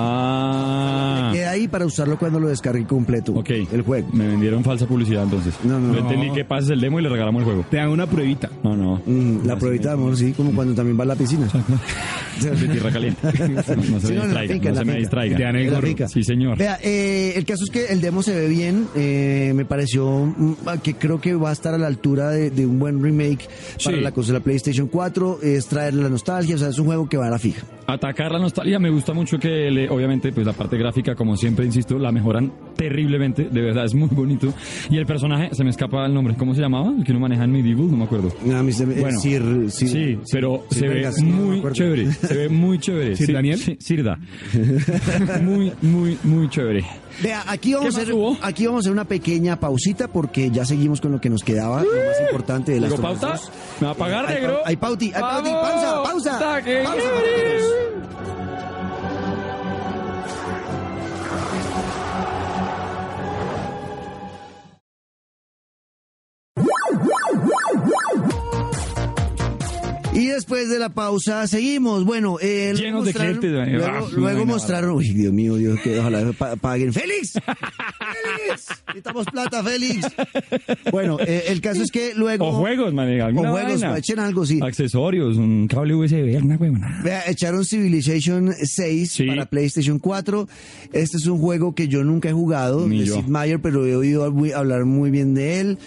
Ah,
Queda ahí para usarlo cuando lo descargue completo.
ok.
El juego.
Me vendieron falsa publicidad entonces.
No, no,
Yo entendí
no.
que pases el demo y le regalamos el juego.
Te dan una pruebita.
No, no.
Mm, la pruebita de amor, sí, como cuando también va a la piscina. (laughs)
De tierra caliente. (laughs) No se me
Sí, no, en la finca,
distraiga,
en
no
la
se me
finca.
distraiga.
Te dan el
En la
gorro.
finca.
Sí, señor.
Vea, eh, el caso es que el demo se ve bien. eh, me pareció mm, que creo que va a estar a la altura de, de un buen remake para
Sí.
la consola PlayStation 4. Es traer la nostalgia. O sea, es un juego que va a la fija.
Atacar la nostalgia, me gusta mucho que le- obviamente pues la parte gráfica, como siempre insisto, la mejoran terriblemente, de verdad es muy bonito. Y el personaje, se me escapa el nombre, ¿cómo se llamaba? El que uno maneja en Medieval, no me acuerdo.
Ah, mi- eh,
Bueno,
Sir-
Sí,
Sir-
pero
Sir
se ve
Vargas, no me
muy
acuerdo.
chévere, se ve muy chévere.
¿Sir
Sí,
Daniel?
sí,
(laughs)
Sirda. muy, muy, muy chévere.
Vea, aquí vamos, a
¿Qué más
hacer,
hubo?
aquí vamos a hacer una pequeña pausita porque ya seguimos con lo que nos quedaba, lo más importante de las
Digo, pauta, me va a pagar,
Hay
negro.
pau- hay pauti, hay pauti,
¡Vamos!
pausa, pausa,
¡Saque
pausa,
libre!
papitos. Y después de la pausa seguimos. Bueno, eh, luego
Llenos de
mostraron-
clientes, eh,
Luego,
ah,
luego
una
mostraron. Uy, Dios mío, Dios, que ojalá pa- paguen.
(laughs)
¡Félix! ¡Félix! Necesitamos plata, Félix. Bueno, eh, el caso es que luego.
O juegos, maneja.
O
alguna
juegos,
vaina.
echen algo, sí.
Accesorios, un cable USB, alguna huevona.
Vea, echaron Civilization 6
Sí.
para PlayStation 4. Este es un juego que yo nunca he jugado,
Ni
de
yo.
Sid Meier, pero he oído muy- hablar muy bien de él.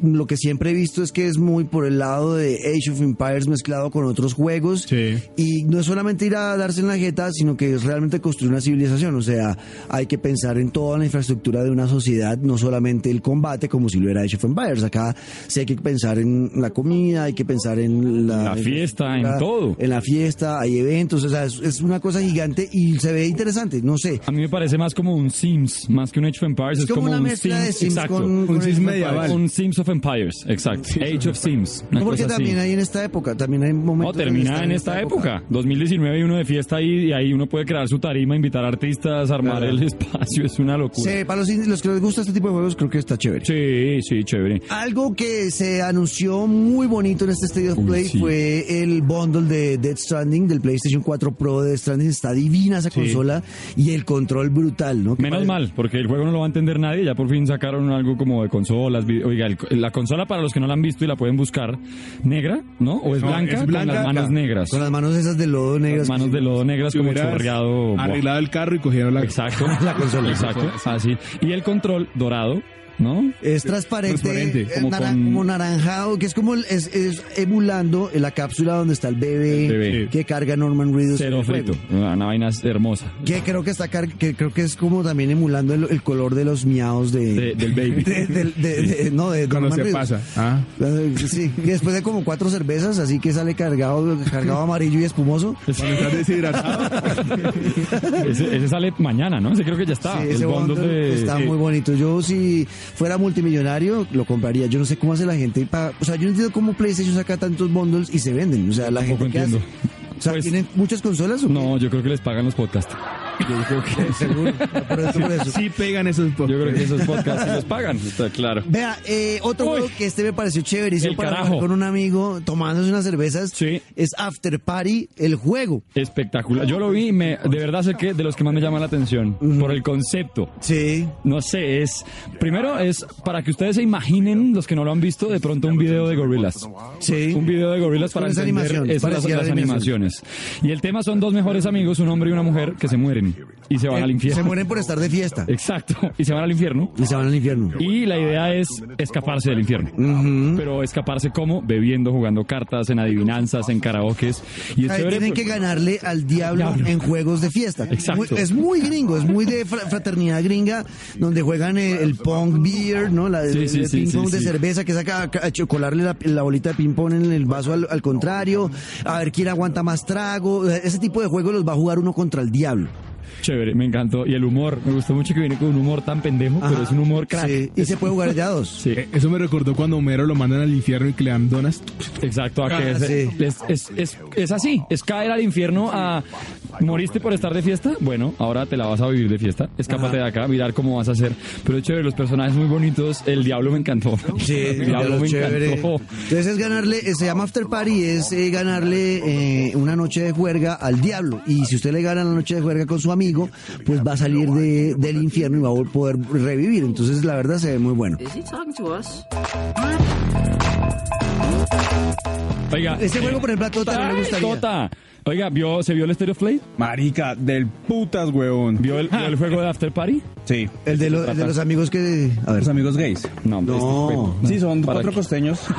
Lo que siempre he visto es que es muy por el lado de Age of Empires mezclado con otros juegos.
Sí.
Y no es solamente ir a darse en la jeta, sino que es realmente construir una civilización. O sea, hay que pensar en toda la infraestructura de una sociedad, no solamente el combate, como si lo era Age of Empires. Acá sí hay que pensar en la comida, hay que pensar en la
La fiesta, en
la-
todo.
En la fiesta, hay eventos, o sea, es, es una cosa gigante y se ve interesante, no sé.
A mí me parece más como un Sims, más que un Age of Empires.
Es
Es,
como una
un
mezcla
Sims,
de Sims
exacto.
con-
Un
con
Sims
Age of
medieval.
Empires.
Un Sims of Empires, exacto. Age of Sims. una
No, porque
cosa así.
también hay en esta época, también hay
No,
momentos.
termina en esta época. 2019 y uno de fiesta ahí, y ahí uno puede crear su tarima, invitar artistas, armar
Claro.
el espacio. Es una locura.
Sí, para los, indies, los que les gusta este tipo de juegos, creo que está chévere.
Sí, sí, chévere.
Algo que se anunció muy bonito en este State of
Uy,
Play
sí.
fue el bundle de Dead Stranding, del PlayStation 4 Pro de Dead Stranding. Está divina esa consola y el control brutal, ¿no? Que
Menos
parece-
mal, porque el juego no lo va a entender nadie. Ya por fin sacaron algo como de consolas. vide- Oiga, el- la consola para los que no la han visto y la pueden buscar, negra, ¿no? O es
No,
blanca,
es
con
blanca,
las manos
claro.
negras.
Con las manos esas de lodo negras.
Las manos de lodo negras
Si
como
hubieras
chorreado. buah.
Arreglado el carro y cogieron la.
Exacto. la
consola.
Exacto. Así. Y el control dorado, ¿no?
Es transparente,
Transparente,
es
como
naran-
con-
como naranjado, que es como el- es, es emulando en la cápsula donde está el bebé,
El bebé.
que carga Norman Reedus. en
Cero
el juego.
frito. Ah, Una, una vaina hermosa.
Que creo que está car- que creo que es como también emulando el, el color de los miaos de,
De- del
(laughs)
baby.
de- del- de- de- no de
Cuando
Norman
se
Reedus.
pasa. Ah.
Eh, Sí, que después de como cuatro cervezas, así que sale cargado, cargado amarillo y espumoso.
Cuando estás
(laughs)
deshidratado.
Ese, ese sale mañana, ¿no? Ese creo que ya está.
Sí,
el
ese
bundle de-
está
sí.
muy bonito. Yo si fuera multimillonario lo compraría. Yo no sé cómo hace la gente para, o sea, yo no entiendo cómo PlayStation saca tantos bundles y se venden. O sea, la gente
Tampoco
que hace-
entiendo.
O sea,
Pues-
tienen muchas consolas. o qué?
No, yo creo que les pagan los podcasts. Yo creo que
(laughs) Seguro. Por eso, por eso.
Sí pegan esos
Yo
podcasts.
creo que esos podcasts sí los pagan, está claro.
Vea, eh, otro
Uy.
juego que este me pareció chéverísimo
El
para jugar
carajo.
con un amigo tomándose unas cervezas
Sí.
es After Party, el juego.
Espectacular. Yo lo vi y me, de verdad sé que de los que más me llama la atención por el concepto.
Sí.
No sé, es primero es para que ustedes se imaginen los que no lo han visto de pronto un video de gorilas.
Sí.
Un video de gorilas para
Con las
entender
animaciones,
esas- las,
parecía
las
de
animaciones. Y el tema son dos mejores amigos, un hombre y una mujer que se mueren y se van al infierno.
Eh, Se
Eh.
mueren por estar de fiesta.
Exacto, y se van al infierno.
Y se van al infierno.
Y la idea es escaparse del infierno. Pero escaparse como bebiendo, jugando cartas, en adivinanzas, en karaokes. Y es
Ahí
chévere,
tienen
pues,
que ganarle al diablo
Diablo.
en juegos de fiesta.
Exacto.
Muy- es muy gringo, es muy de fra- fraternidad gringa, donde juegan el, el pong beer, ¿no? La,
Sí, sí,
el
sí,
ping pong
sí,
de
sí.
cerveza que saca a, a chocolarle la, la bolita de ping pong en el vaso al, al contrario, a ver quién aguanta más trago. O sea, Ese tipo de juegos los va a jugar uno contra el diablo.
chévere, me encantó. Y el humor, me gustó mucho que viene con un humor tan pendejo, pero
Ajá.
es un humor crack.
Sí, y se puede jugar de a
(laughs)
dos.
Sí,
Eh, Eso me recordó cuando Homero lo mandan al infierno y que le dan donas.
exacto. a que
Ah,
es,
sí.
es- es- es- es así, es caer al infierno a... ¿Moriste por estar de fiesta? Bueno, ahora te la vas a vivir de fiesta. Escápate
Ajá.
de acá, mirar cómo vas a hacer. Pero es chévere, los personajes muy bonitos. El diablo me encantó. (laughs) el diablo
lo
me
chévere.
encantó.
Entonces es ganarle, eh, se llama After Party, es eh, ganarle eh, una noche de juerga al diablo. Y si usted le gana la noche de juerga con su amigo, pues va a salir de, del infierno y va a poder revivir. Entonces la verdad se ve muy bueno.
Is he talking to us?
Oiga,
Este juego, por ejemplo, a Tota no le
Ay,
gustaría.
Tota. Oiga, ¿vio, ¿se vio el Stereo Play?
Marica, del putas, huevón.
¿Vio el, vio el juego de After Party?
Sí.
El de, lo- el de los amigos que... A ver.
Los amigos gays.
No,
No.
Sí, son
¿Para
cuatro
qué?
costeños. (laughs)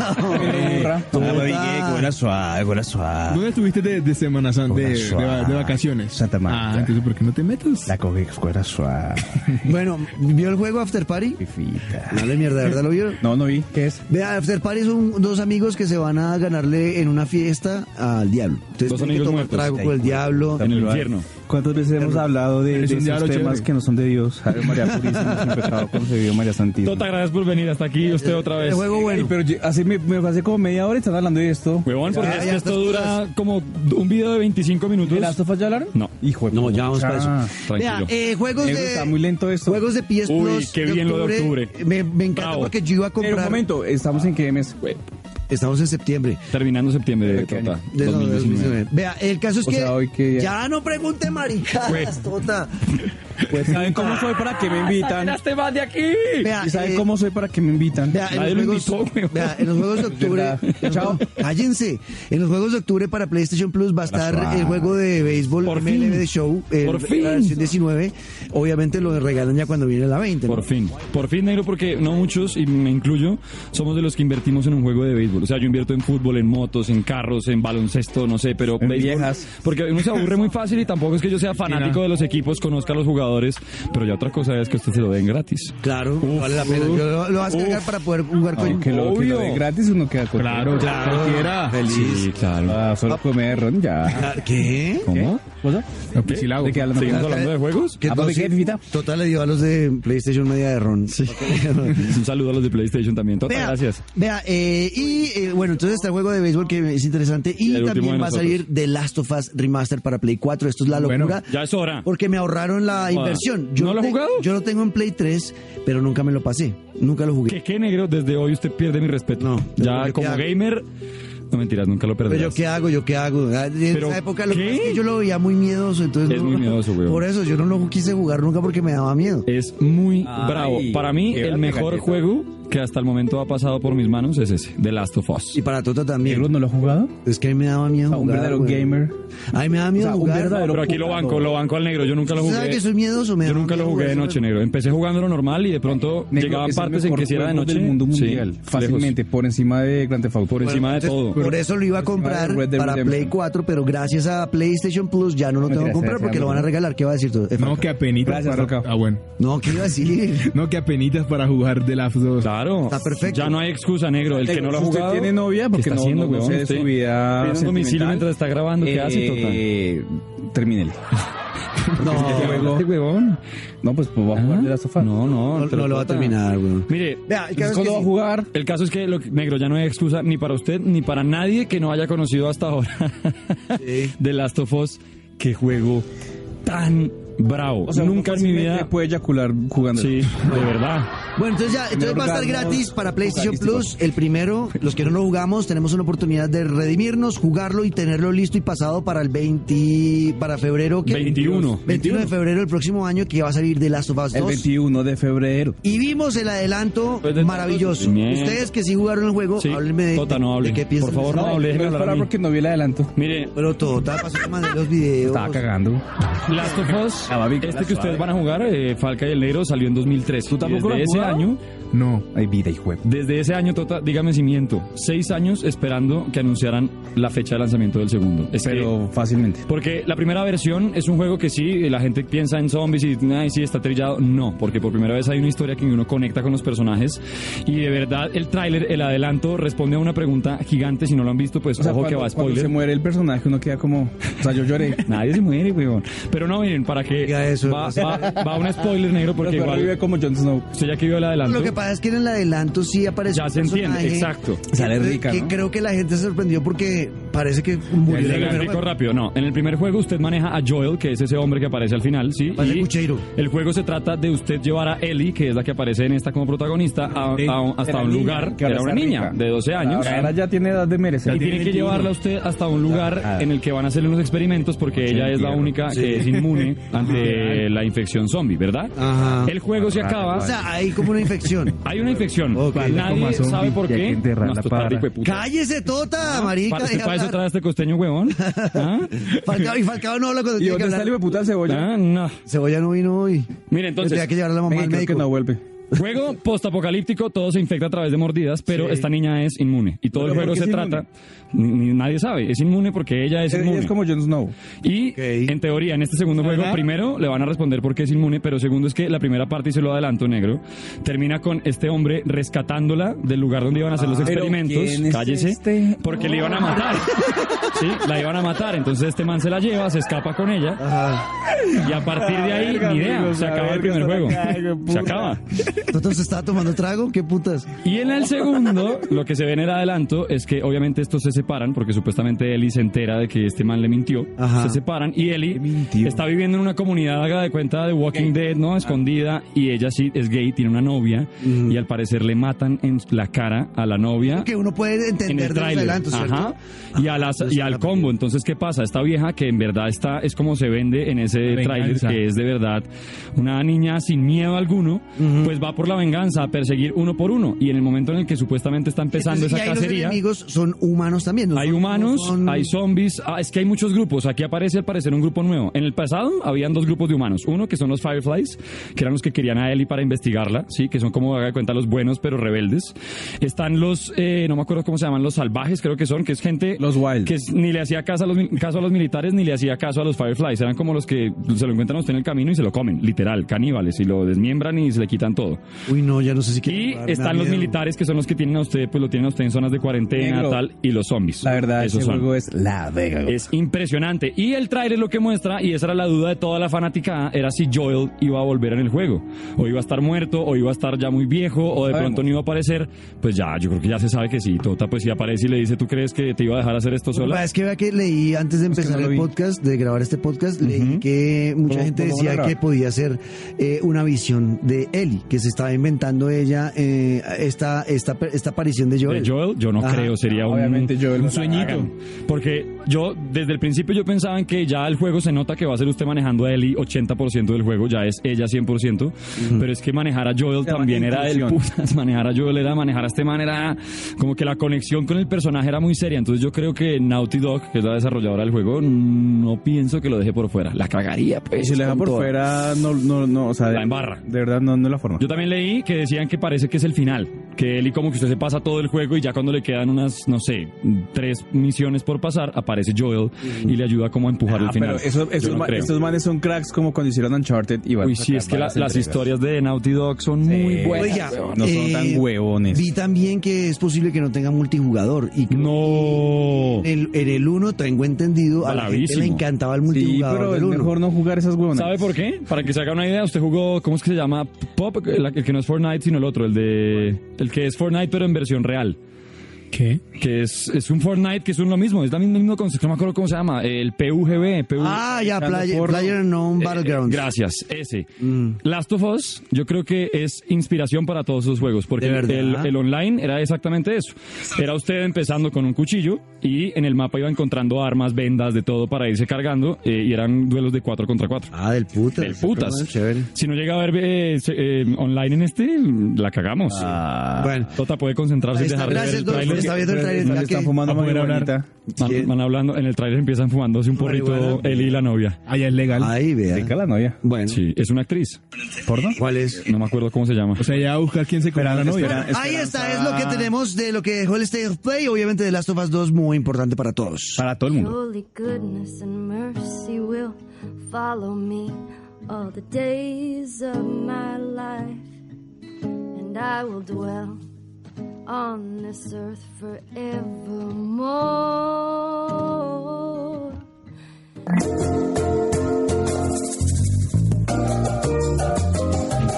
Ah, Honra.
Puta.
Ah, marica, era suave, era suave.
¿Dónde estuviste de, de Semana Santa? De, de va- de vacaciones.
Santa Marta.
Ah, entonces, ¿por qué no te metes?
La cogí, era suave.
Bueno, ¿vio el juego After Party?
Fifita.
No le mierda, ¿de ¿verdad lo vio?
No, no vi. ¿Qué es?
Vea, After Party son dos amigos que se van a ganarle en una fiesta al diablo. Entonces
Dos
tienen que tomar
amigos muertos.
trago con el diablo.
En el infierno.
¿Cuántas veces hemos hablado de, de
Eres un
esos
diablo
temas
chévere.
que no son de Dios? Ave María Purísima, sin pecado concebido, María Santísima.
Tota, gracias por venir hasta aquí. Usted otra
El
vez.
juego
Ay,
bueno.
pero yo- así me, me pasé como media hora y están hablando de esto.
Huevón, porque
Ya,
es
ya
que
estas
esto dura como un video de 25 minutos.
¿El Last of Us ya hablaron?
No.
Hijo de
No,
puta.
ya vamos para eso. Vea,
Tranquilo.
eh, juegos
Diego,
de.
está muy lento esto.
Juegos de PS
Uy,
Plus.
qué bien lo de octubre.
Me, me encanta
Bravo.
porque yo iba a
Pero un
comprar.
momento, ¿estamos en qué mes?
Estamos en septiembre.
Terminando septiembre de
¿Qué
Tota.
De
2019.
2019. Vea, el caso es
O
que.
sea, hoy que ya-
Ya no pregunte maricadas,
Pues.
Tota.
Pues saben cómo soy para que me invitan.
más de aquí!
Vea,
¿Y saben
eh,
cómo soy para que me invitan?
Vea, en
Nadie
los
lo
juegos,
invitó, güey.
vea, en los
(laughs)
juegos de octubre.
verdad. (laughs) Chao.
Cállense. En los juegos de octubre para PlayStation Plus va a estar
suave.
el juego de béisbol
Por
MLB
fin.
Show. el-
Por fin.
La versión 19. Obviamente lo regalan ya cuando viene la 20. ¿no?
Por fin, por fin negro porque no muchos, y me incluyo, somos de los que invertimos en un juego de béisbol. O sea, yo invierto en fútbol, en motos, en carros, en baloncesto, no sé, pero...
En
béisbol-
viejas.
Porque uno se aburre muy fácil y tampoco es que yo sea fanático de los equipos, conozca a los jugadores, pero ya otra cosa es que usted se lo den gratis.
Claro, vale la pena. Yo lo, lo vas a cargar para poder jugar con.
Ay, que lo, que lo
obvio.
de gratis uno queda contento.
Claro, claro. Cualquiera.
Sí, claro.
Ah, solo comer ron ya.
Ah, ¿Qué?
¿Cómo? Ah,
¿Cosa?
No, pues sí la hago.
¿De qué hablan?
¿Seguimos hablando de juegos?
Que
¿A dónde
sí,
queda, Fifita?
Total le dio a los de PlayStation media de ron. (laughs)
Un saludo a los de PlayStation también. Tota,
Vea,
gracias.
Vea, eh, y eh, bueno, entonces está el juego de béisbol que es interesante.
Y
Y
el último
también
de
va a
nosotros.
salir The Last of Us Remaster para Play 4. Esto es la
Bueno,
locura.
Ya es hora.
Porque me ahorraron la inversión.
¿No lo has
te-
jugado?
Yo lo tengo en Play 3, pero nunca me lo pasé. Nunca lo jugué.
¿Qué, qué negro? Desde hoy usted pierde mi respeto.
No.
Ya
Yo
como
qué hago.
gamer... No mentiras, nunca lo
Pero yo
perderás.
qué hago, yo qué hago. Ah, En
Pero,
esa época lo
¿qué?
que pasa es que yo lo veía muy miedoso, entonces
Es
no- (laughs)
muy miedoso, weón.
Por eso yo no lo quise jugar nunca porque me daba miedo.
Es muy
Ay,
bravo. Para mí,
qué
el mejor
galleta.
juego que hasta el momento ha pasado por mis manos es ese, The Last of Us.
Y para Tota también.
¿Negro no lo ha jugado?
Es que a mí me daba miedo
O sea, un
jugar,
verdadero
güey.
gamer.
A mí me daba miedo
O sea, un
jugar.
verdadero-
Pero aquí lo banco, lo banco al negro. Yo nunca lo
¿Usted
jugué.
sabe que soy miedoso? Me
Yo
daba
nunca lo
miedo
jugué de
jugar
noche,
eso.
negro. Empecé jugando lo normal y de pronto
Negro
llegaban
es el
partes en
Eh, mejor
que si era de
juego
noche.
del mundo
sí,
mundial.
lejos.
fácilmente, por encima de Grand Theft Auto.
Por encima de todo.
Por eso lo iba a comprar
Red Dead
para Play
Redemption.
4, pero gracias a PlayStation Plus ya no lo tengo que
Mentira,
comprar
sea, sea,
porque lo van a
mentira.
regalar. ¿Qué va a decir tú? Efra?
No, que apenitas
Gracias,
para...
Roca.
Ah, bueno.
No, ¿qué iba a
(laughs)
decir?
No, que apenitas para jugar de las dos.
Claro.
Está perfecto.
Ya no hay excusa, negro. El que no lo ha
Si
jugado.
Usted tiene novia
¿qué
porque
está
no,
haciendo,
no, no
weón?
sé de
Usted
su vida
tiene un domicilio
sentimental.
mientras está grabando. ¿Qué hace, Ah, Tota?
Eh, Termínele.
No,
Este huevón. No, pues, pues va a jugar de la sofá.
No,
no,
no.
no lo va a terminar, güey.
Mire,
Vea, el caso es
Entonces,
que
¿Cuándo va a
sí.
jugar?
El caso es que, lo, negro, ya no hay excusa ni para usted ni para (laughs) nadie que no haya conocido hasta ahora
Sí.
de Last of Us. Qué juego tan bravo.
O sea, uno
Nunca en mi
fácilmente
vida.
Puede eyacular jugando.
Sí, de verdad.
Bueno, entonces ya, entonces va a estar
orgasmo
gratis para PlayStation Plus
vocalístico.
el primero. Los que no lo jugamos tenemos una oportunidad de redimirnos, jugarlo y tenerlo listo y pasado para el 20 para febrero ¿qué?
21.
21 de febrero del próximo año que va a salir The Last of Us 2.
El 21 de febrero.
Y vimos el adelanto
Pues de
maravilloso.
tanto sufrimiento.
Ustedes que sí jugaron el juego,
Sí,
háblenme de,
Tota, no
de-
hable.
de qué
Por
piensan.
favor, no hable, déjeme
No es
hablar a
para
mí.
porque no vi el adelanto.
Mire,
Pero
(laughs)
Tota pasó a mandar los videos.
Estaba cagando.
Last of Us,
Ah, va, Vic,
este
la
que ustedes
suave.
van a jugar, eh, Falca y el Negro, salió en 2003. ¿Tú
tampoco lo
desde
has
ese
jugado?
año,
No.
Ay, vida y juego.
desde ese año, Tota, dígame si miento, seis años esperando que anunciaran la fecha de lanzamiento del segundo. Es que-
Pero fácilmente.
porque la primera versión es un juego que sí, la gente piensa en zombies y ay, sí, está trillado. No, porque por primera vez hay una historia que uno conecta con los personajes y de verdad el tráiler, el adelanto, responde a una pregunta gigante. Si no lo han visto, pues
O sea,
ojo
cuando,
que va
cuando
spoiler.
se muere el personaje, uno queda como. O sea, yo lloré.
Nadie se muere, weón. Pero no, miren, para que
Diga eso,
va,
no sé.
va- va un spoiler negro (laughs) porque
Pero
igual...
vive como Jon Snow.
Usted ya que vio el adelanto.
Lo que pasa es que en el adelanto sí aparece
Ya
un
se entiende,
personaje
exacto.
Sale
que-
rica,
Que
¿no?
creo que la gente se sorprendió porque parece que murió. en
Le
el
explico
primer-
rápido, no. En el primer juego usted maneja a Joel, que es ese hombre que aparece al final, ¿sí?
Vale,
Y
Cucheiro.
el juego se trata de usted llevar a Ellie, que es la que aparece en esta como protagonista, a- a- hasta
Era
un
niña,
lugar, que Eh,
ahora
era una
está
niña
rica.
de 12 años.
Ahora, ahora ya tiene edad de merecer.
Y tiene que llevarla a usted hasta un lugar
Claro.
en el que van a hacer unos experimentos porque ella es la única que es inmune ante la infección zombie, ¿verdad?
Ajá.
El juego se acaba.
O sea, hay como una infección.
Hay una infección.
Ok.
Nadie sabe por
y hay que
qué.
enterrar
No,
la
esto está
parra.
rico de (laughs) puta. Ah,
¡Cállese, Tota, marica!
Para,
deja
para eso
hablar.
trae este costeño huevón. ¿Ah?
Falcao, y Falcao no habla cuando
¿Y
tiene que
dónde está el
hablar.
hijo de puta del cebolla?
Ah, no.
Cebolla no vino hoy. Entonces,
Mire, entonces,
tenía que llevar a la mamá
Venga,
al
creo que
médico.
no vuelve. (laughs)
juego postapocalíptico, todo se infecta a través de mordidas, pero esta niña es inmune. Y todo el
¿Pero
juego
por qué
se
es
trata, ni- ni- nadie sabe, es inmune porque ella es
Es,
inmune.
es como Jon Snow.
Y
Ok.
en teoría, en este segundo juego, primero le van a responder por qué es inmune, pero segundo es que la primera parte, y se lo adelanto, negro, termina con este hombre rescatándola del lugar donde iban a hacer los
Ah, ¿pero
experimentos.
quién es
Cállese.
este?
Porque le iban a
(laughs)
matar. Sí, la iban a matar. Entonces este man se la lleva, se escapa con ella.
Ajá.
Y a partir de ahí,
Ah, Verga,
ni idea.
amigos,
se
la
acaba el
verga
primer juego.
está la caga,
Se
puta.
acaba.
¿Toto Tota se estaba tomando trago? ¿Qué putas?
Y en el segundo, lo que se ve en el adelanto es que obviamente estos se separan, porque supuestamente Ellie se entera de que este man le mintió.
Ajá.
Se separan y Ellie
mintió.
está viviendo en una comunidad, haga de cuenta, de Walking Dead, ¿no? Escondida. Y ella sí es gay, tiene una novia. Y al parecer le matan en la cara a la novia.
Que uno puede
en
entender
el
de los
tráiler.
adelantos, ¿cierto?
Ajá. Y, a las-
entonces
y
está
al
rápido.
combo. Entonces, ¿qué pasa? Esta vieja que en verdad está, es como se vende en ese tráiler,
venganza.
que es de verdad una niña sin miedo alguno, pues va por la venganza a perseguir uno por uno. Y en el momento en el que supuestamente está empezando
Entonces,
esa
y ahí Los
cacería.
enemigos son humanos también. ¿no?
Hay
Son-
humanos,
son-
hay zombies, ah, es que hay muchos grupos. Aquí aparece al parecer un grupo nuevo. En el pasado habían dos grupos de humanos. Uno que son los Fireflies, que eran los que querían a Ellie para investigarla, sí, que son como haga de cuenta los buenos pero rebeldes. Están los, eh, no me acuerdo cómo se llaman, los salvajes, creo que son, que es gente
Los Wild.
que es- ni le hacía caso a los, mi- caso a los militares ni le hacía caso a los Fireflies. Eran como los que se lo encuentran a usted en el camino y se lo comen, literal, caníbales y lo desmiembran y se le quitan todo.
Uy, no, ya no sé si quiero
Y
jugar, me da
están los
miedo.
militares que son los que tienen a usted, pues lo tienen a usted en zonas de cuarentena,
Negro.
tal, y los zombies.
La verdad,
Esos
ese
son.
juego es la vega.
Es impresionante. Y el trailer lo que muestra, y esa era la duda de toda la fanaticada, era si Joel iba a volver en el juego. O iba a estar muerto, o iba a estar ya muy viejo, o de
Sabemos.
pronto no iba a aparecer. Pues ya, yo creo que ya se sabe que sí. Tota, pues si aparece y le dice, ¿tú crees que te iba a dejar hacer esto
Lo que pasa
sola?
Es que vea que leí antes de empezar
no lo
el
vi.
podcast, de grabar este podcast, leí que mucha
¿Cómo-
gente
cómo van a
decía
grabar?
que podía ser eh, una visión de Ellie, que se estaba inventando ella eh, esta, esta, esta aparición de
De
Joel.
Joel, yo no
Ajá.
creo, sería un,
Ah, Obviamente Joel.
un sueñito. Porque yo, desde el principio, yo pensaba en que ya el juego se nota que va a ser usted manejando a Ellie 80% del juego, ya es ella 100%. Pero es que manejar a Joel
Se llama
también era del
intuición.
putas. (laughs) Manejar a Joel era manejar a este man, era como que la conexión con el personaje era muy seria. Entonces yo creo que Naughty Dog, que es la desarrolladora del juego, no pienso que lo deje por fuera. La cagaría,
Y
pues.
si la deja
con
por
toda.
fuera, no, no, no, o sea,
La
de-
embarra.
De verdad, no, no es la forma.
Yo también leí que decían que parece que es el final, que él y como que usted se pasa todo el juego y ya cuando le quedan unas, no sé, tres misiones por pasar, aparece Joel y le ayuda como a empujar
Ah,
el final.
pero esos,
Yo
esos
no
ma-
creo.
esos manes son cracks como cuando hicieron Uncharted y van
Uy,
a
sí,
sacar
es que la-
varias
las
entregas.
historias de Naughty Dog son muy
Sí.
buenas.
Oiga,
No son
eh,
tan huevones.
Vi también que es posible que no tenga multijugador y creo
No.
que en el- en el 1 tengo entendido a la gente
Bravísimo.
le encantaba el
Sí,
multijugador
pero es
del 1.
mejor no jugar esas huevonas.
¿Sabe por qué? Para que se haga una idea, usted jugó, ¿cómo es que se llama? Pop, el, el que no es Fortnite, sino el otro, el de. El que es Fortnite, pero en versión real.
¿Qué?
Que es, es un Fortnite que es un, lo mismo, es la misma- el mismo concepto, no me acuerdo cómo se llama, el PUBG. PUBG
Ah, ya,
Echando
Player,
porno.
player No
Eh,
Battlegrounds. Mm.
gracias, ese. Last of Us, yo creo que es inspiración para todos esos juegos, porque
De verdad.
el, el online era exactamente eso. Era usted empezando con un cuchillo y en el mapa iba encontrando armas, vendas, de todo para irse cargando eh, y eran duelos de 4 contra 4.
Ah, del putas.
Del putas.
Chévere.
Si no llega a ver eh, se- eh, online en este, la cagamos.
Ah. Bueno.
Tota puede concentrarse
Ahí
y
está,
dejar de ver
gracias,
el
Doc.
tráiler.
Está viendo el trailer.
No
ya
le
que-
están fumando
Ah,
a poder
marihuanita.
hablar.
Sí.
Van, van hablando, en el tráiler empiezan fumándose un porrito
Marihuana.
él y la novia.
Allá es legal.
Ahí,
Rica
vea.
la novia.
Bueno.
Sí, es una actriz.
¿Porno?
¿Cuál es?
(laughs) No me acuerdo cómo se llama.
O sea, ya a buscar quién se comió a la novia.
espera,
Ahí está, es lo que
Esperanza.
tenemos de lo que dejó el State of Play. Obviamente, de Last of Us 2, muy importante para todos.
Para todo el mundo.
Surely goodness and mercy will follow me all the days of my life, and I will dwell on this earth forevermore.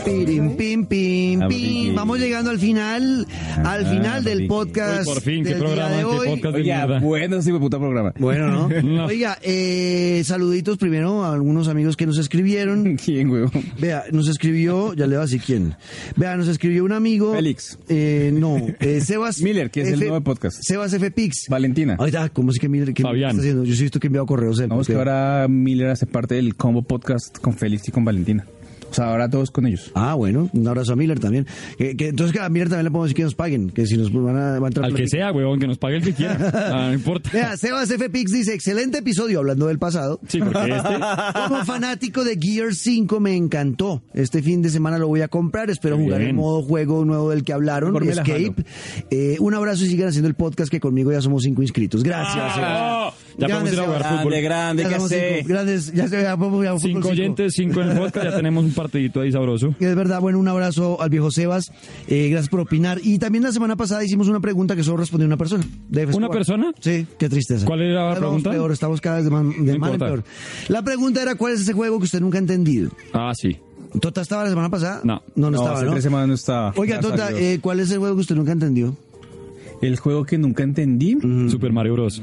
Pirim, pim, pim, pim.
Amarillo.
Vamos llegando al final,
Ah,
al final del
amarillo.
podcast.
Uy, por fin, qué
del día
programa,
de
qué
hoy.
podcast de
Oiga,
mierda.
bueno, ese
(laughs)
puta programa.
Bueno, ¿no?
(laughs) No.
Oiga, eh, saluditos primero a algunos amigos que nos escribieron.
¿Quién, huevo?
Vea, nos escribió, ya le voy a decir quién. Vea, nos escribió un amigo.
Félix.
Eh, no, eh, Sebas.
(laughs) Miller, que es el nuevo podcast.
Sebas F. Pix.
Valentina.
Ahorita, ¿cómo es que Miller? ¿Qué
Fabián.
está haciendo? Yo sí he visto que he enviado correos. él,
Vamos que
porque-
ahora Miller hace parte del combo podcast con Félix y con Valentina. O sea, ahora todos con ellos.
Ah, bueno, un abrazo a Miller también. Que, que- entonces, que a Miller también le podemos decir que nos paguen, que si nos van a, van a entrar
Al que
platica-
sea, weón, que nos pague el que quiera.
(laughs)
Ah, no importa.
Vea, Sebas F. Pix dice, excelente episodio, hablando del pasado. (laughs)
Sí, porque este. (laughs)
Como fanático de Gear 5 me encantó. Este fin de semana lo voy a comprar. Espero
Bien.
jugar el modo juego nuevo del que hablaron,
Mejor me la
Escape. Eh, un abrazo y sigan haciendo el podcast que conmigo ya somos cinco inscritos. Gracias.
Ah,
Sebas.
ya podemos ir a jugar
Sebas.
fútbol.
grande,
Ya somos cinco. Grandes, ya, se- ya podemos ir a fútbol
Cinco oyentes, cinco en el podcast, ya tenemos un partidito ahí sabroso.
Es verdad, bueno, un abrazo al viejo Sebas. Eh, gracias por opinar. Y también la semana pasada hicimos una pregunta que solo respondió una persona. de F4.
¿Una persona?
Sí, qué tristeza.
¿Cuál era la
Cada vez vamos
pregunta?
Peor, estamos cada vez de mal, de
No
mal en
importa.
peor. La pregunta era: ¿cuál es ese juego que usted nunca ha entendido?
Ah, sí.
¿Tota estaba la semana pasada?
No.
No, no,
No,
estaba,
hace
¿no?
tres semanas no estaba.
Oiga,
Gracias a
Tota,
Dios.
eh, ¿cuál es el juego que usted nunca entendió?
El juego que nunca entendí.
Mm.
Super Mario Bros.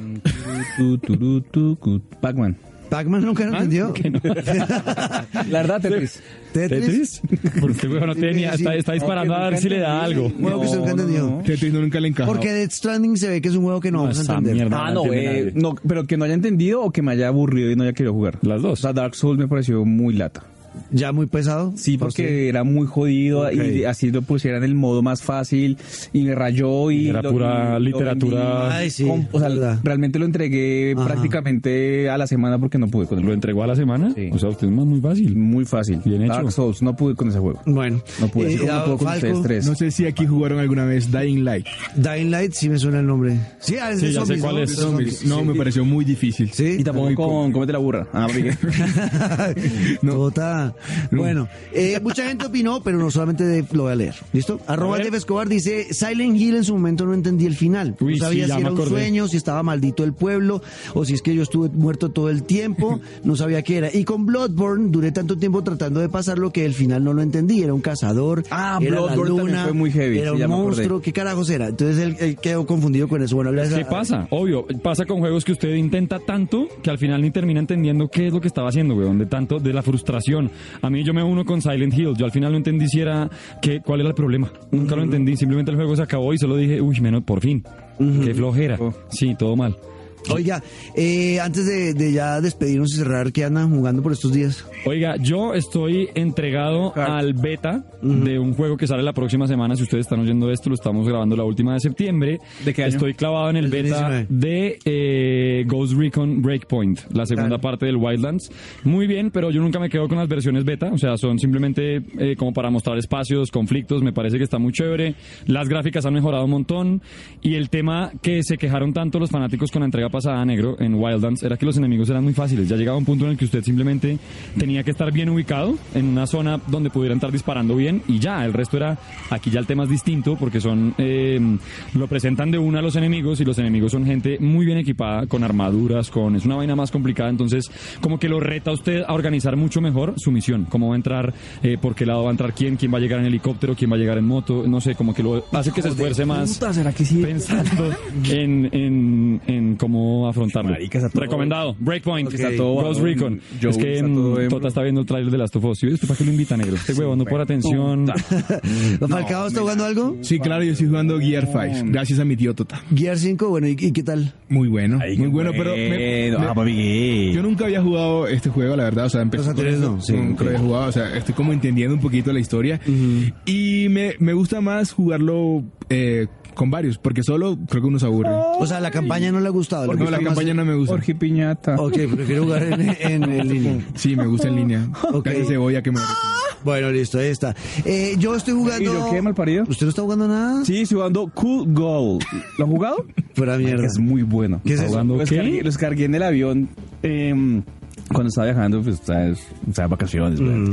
Tu, tu, tu, tu, cu- Pac-Man.
¿Pac-Man nunca
¿Ah?
lo entendió? (laughs)
La verdad, Tetris.
¿Tetris?
¿Tetris? (laughs) Porque, weón, no tiene ni- está, está disparando a ver si le da algo.
Juego que usted nunca
No, no,
entendió.
no.
Tetris no nunca le encajó.
Porque Death Stranding se ve que es un juego que no, vamos a
esa
entender.
mierda.
Ah,
no
no,
entiende
eh,
nadie.
no, pero que no haya entendido o que me haya aburrido y no haya querido jugar.
Las
O
dos.
sea, Dark Souls me pareció muy lata.
¿Ya muy pesado?
Sí,
¿Para
porque
usted?
era muy jodido y
Ok.
así lo pusieran en el modo más fácil y me rayó y...
Era
lo-
pura
y lo
literatura.
vendí.
Ay, sí,
Con- o sea,
verdad.
realmente lo entregué
Ajá.
prácticamente a la semana porque no pude con el
¿Lo
juego.
entregó a la semana?
Sí.
O sea, usted es más muy fácil.
Muy fácil.
Bien hecho.
Dark Souls, no pude con ese juego.
Bueno,
No pude, así
Eh,
como no puedo con
Falco,
ustedes tres.
No sé si aquí jugaron alguna vez Dying Light.
Dying Light sí me suena el nombre. Sí, ah, es
Sí,
de
ya sé
zombies,
cuál
¿no?
es.
De
Zombies.
zombies.
No, me pareció muy difícil.
Sí.
Y tampoco
Muy
con
poco.
Cómete la burra. Ah, porque-
(laughs) No. Tota. Bueno, eh, mucha gente opinó, pero no solamente de- lo voy a leer. ¿Listo? Arroba
A ver.
Jeff Escobar dice: Silent Hill en su momento no entendí el final. no
Uy, sí,
sabía
ya
si
me
era un
acordé.
sueño, si estaba maldito el pueblo, o si es que yo estuve muerto todo el
(laughs)
tiempo. No sabía qué era. Y con Bloodborne duré tanto tiempo tratando de pasarlo que el final no lo entendí. Era un cazador.
Ah,
era la
Bloodborne también
luna,
fue muy heavy,
Era
sí,
un
ya me acordé.
monstruo. ¿Qué carajos era? Entonces él, él quedó confundido con eso. Bueno, habla
¿Qué
esa-
pasa? Obvio, pasa con juegos que usted intenta tanto que al final ni termina entendiendo qué es lo que estaba haciendo, weón, de tanto, de la frustración. A mí yo me uno con Silent Hill, yo al final no entendí si era, que, cuál era el problema. Nunca lo entendí, simplemente el juego se acabó y solo dije, uy, menos por fin, qué flojera.
Oh.
Sí, todo mal.
Oiga, eh, antes de, de ya despedirnos y cerrar, ¿qué andan jugando por estos días?
Oiga, yo estoy entregado al beta de un juego que sale la próxima semana. Si ustedes están oyendo esto, lo estamos grabando la última de septiembre.
¿De qué año?
Estoy clavado en el
El
beta
19.
de eh, Ghost Recon Breakpoint, la segunda
tal?
parte del Wildlands. Muy bien, pero yo nunca me quedo con las versiones beta. O sea, son simplemente eh, como para mostrar espacios, conflictos. Me parece que está muy chévere. Las gráficas han mejorado un montón. Y el tema que se quejaron tanto los fanáticos con la entrega entrega pasada, negro, en Wildlands, era que los enemigos eran muy fáciles. Ya llegaba un punto en el que usted simplemente tenía que estar bien ubicado en una zona donde pudieran estar disparando bien y ya. El resto era. Aquí ya el tema es distinto porque son. eh, lo presentan de una a los enemigos y los enemigos son gente muy bien equipada, con armaduras, con. Es una vaina más complicada. Entonces, como que lo reta a usted a organizar mucho mejor su misión. Cómo va a entrar, eh, por qué lado va a entrar quién, quién va a llegar en helicóptero, quién va a llegar en moto. No sé, como que lo hace que se esfuerce más
¿Será que sí?
pensando en, en, en cómo afrontarlo.
Marica, está todo-
Recomendado. Breakpoint.
Ok. Está todo
Ghost
varón.
Recon.
Joe,
es que
está todo
mm,
hembro.
Tota está viendo el tráiler de Last of Us. ¿Y esto para qué lo invita, negro? Este huevo no por atención.
¿Falcao está jugando algo?
Sí, claro, yo estoy jugando Gear
Mm.
5, gracias a mi tío Tota.
Gear 5, bueno, ¿y, y qué tal?
Muy bueno,
Ay,
muy
qué
bueno, pero... me-
bueno.
me-
Ah, papi, ¿qué?
yo nunca había jugado este juego, la verdad, o sea, empecé
Los anteriores
con
no,
esto,
sí,
nunca
ok.
había jugado, o sea, estoy como entendiendo un poquito la historia y me, me gusta más jugarlo eh, con varios, porque solo creo que uno se aburre.
O sea, la campaña no le ha gustado. ¿le
No,
gusta
la
más-
campaña no me gusta.
Jorge Piñata.
Ok, prefiero jugar en, en,
(laughs)
en línea.
Sí, me gusta en línea.
Ok. Ah.
Gracias, cebolla que me
Bueno, listo, ahí está. Eh, yo estoy
¿Y
jugando...
yo qué, malparido?
¿Usted no está jugando nada?
Sí, estoy jugando Cool Goal. ¿Lo han (laughs) jugado?
Fuera mierda.
Es muy bueno.
¿Qué es eso?
¿Jugando
Lo
qué?
descargué, lo descargué en el avión em, cuando estaba viajando, pues, sabes, o sea, vacaciones, ¿verdad?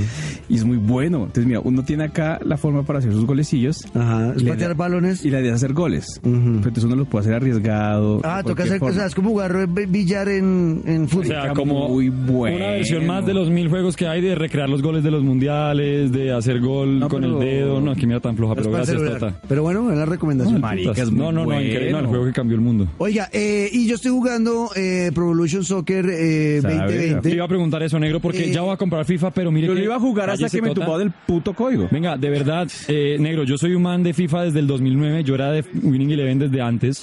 Y es muy bueno. Entonces, mira, uno tiene acá la forma para hacer sus golecillos.
Ajá, es
Le-
patear balones.
Y la idea es hacer goles. Pero Entonces uno los puede hacer arriesgado.
Ah,
de
toca
cualquier
hacer
forma.
cosas. Es como jugar eh, billar en, en
O
fútbol.
sea, como
muy
(laughs)
bueno.
una versión más de los mil juegos que hay de recrear los goles de los mundiales, de hacer gol
No,
con
pero-
el dedo. No, que mira tan floja,
No es
pero
para el
gracias,
celular.
Tota.
Pero bueno, buena la recomendación.
Marica,
Putas.
es muy
no, no, no,
bueno.
increíble. No, el juego que cambió el mundo.
Oiga, eh, y yo estoy jugando eh, Pro Evolution Soccer eh,
Sabe,
Te
2020.
iba a preguntar eso, negro, porque
Eh,
ya voy a comprar FIFA, pero mire
Yo
que
lo iba a jugar hasta
cállese,
que me
Tota.
tumbó del puto código.
Venga, de verdad, eh, negro, yo soy un man de FIFA desde el 2009, yo era de Winning Eleven desde antes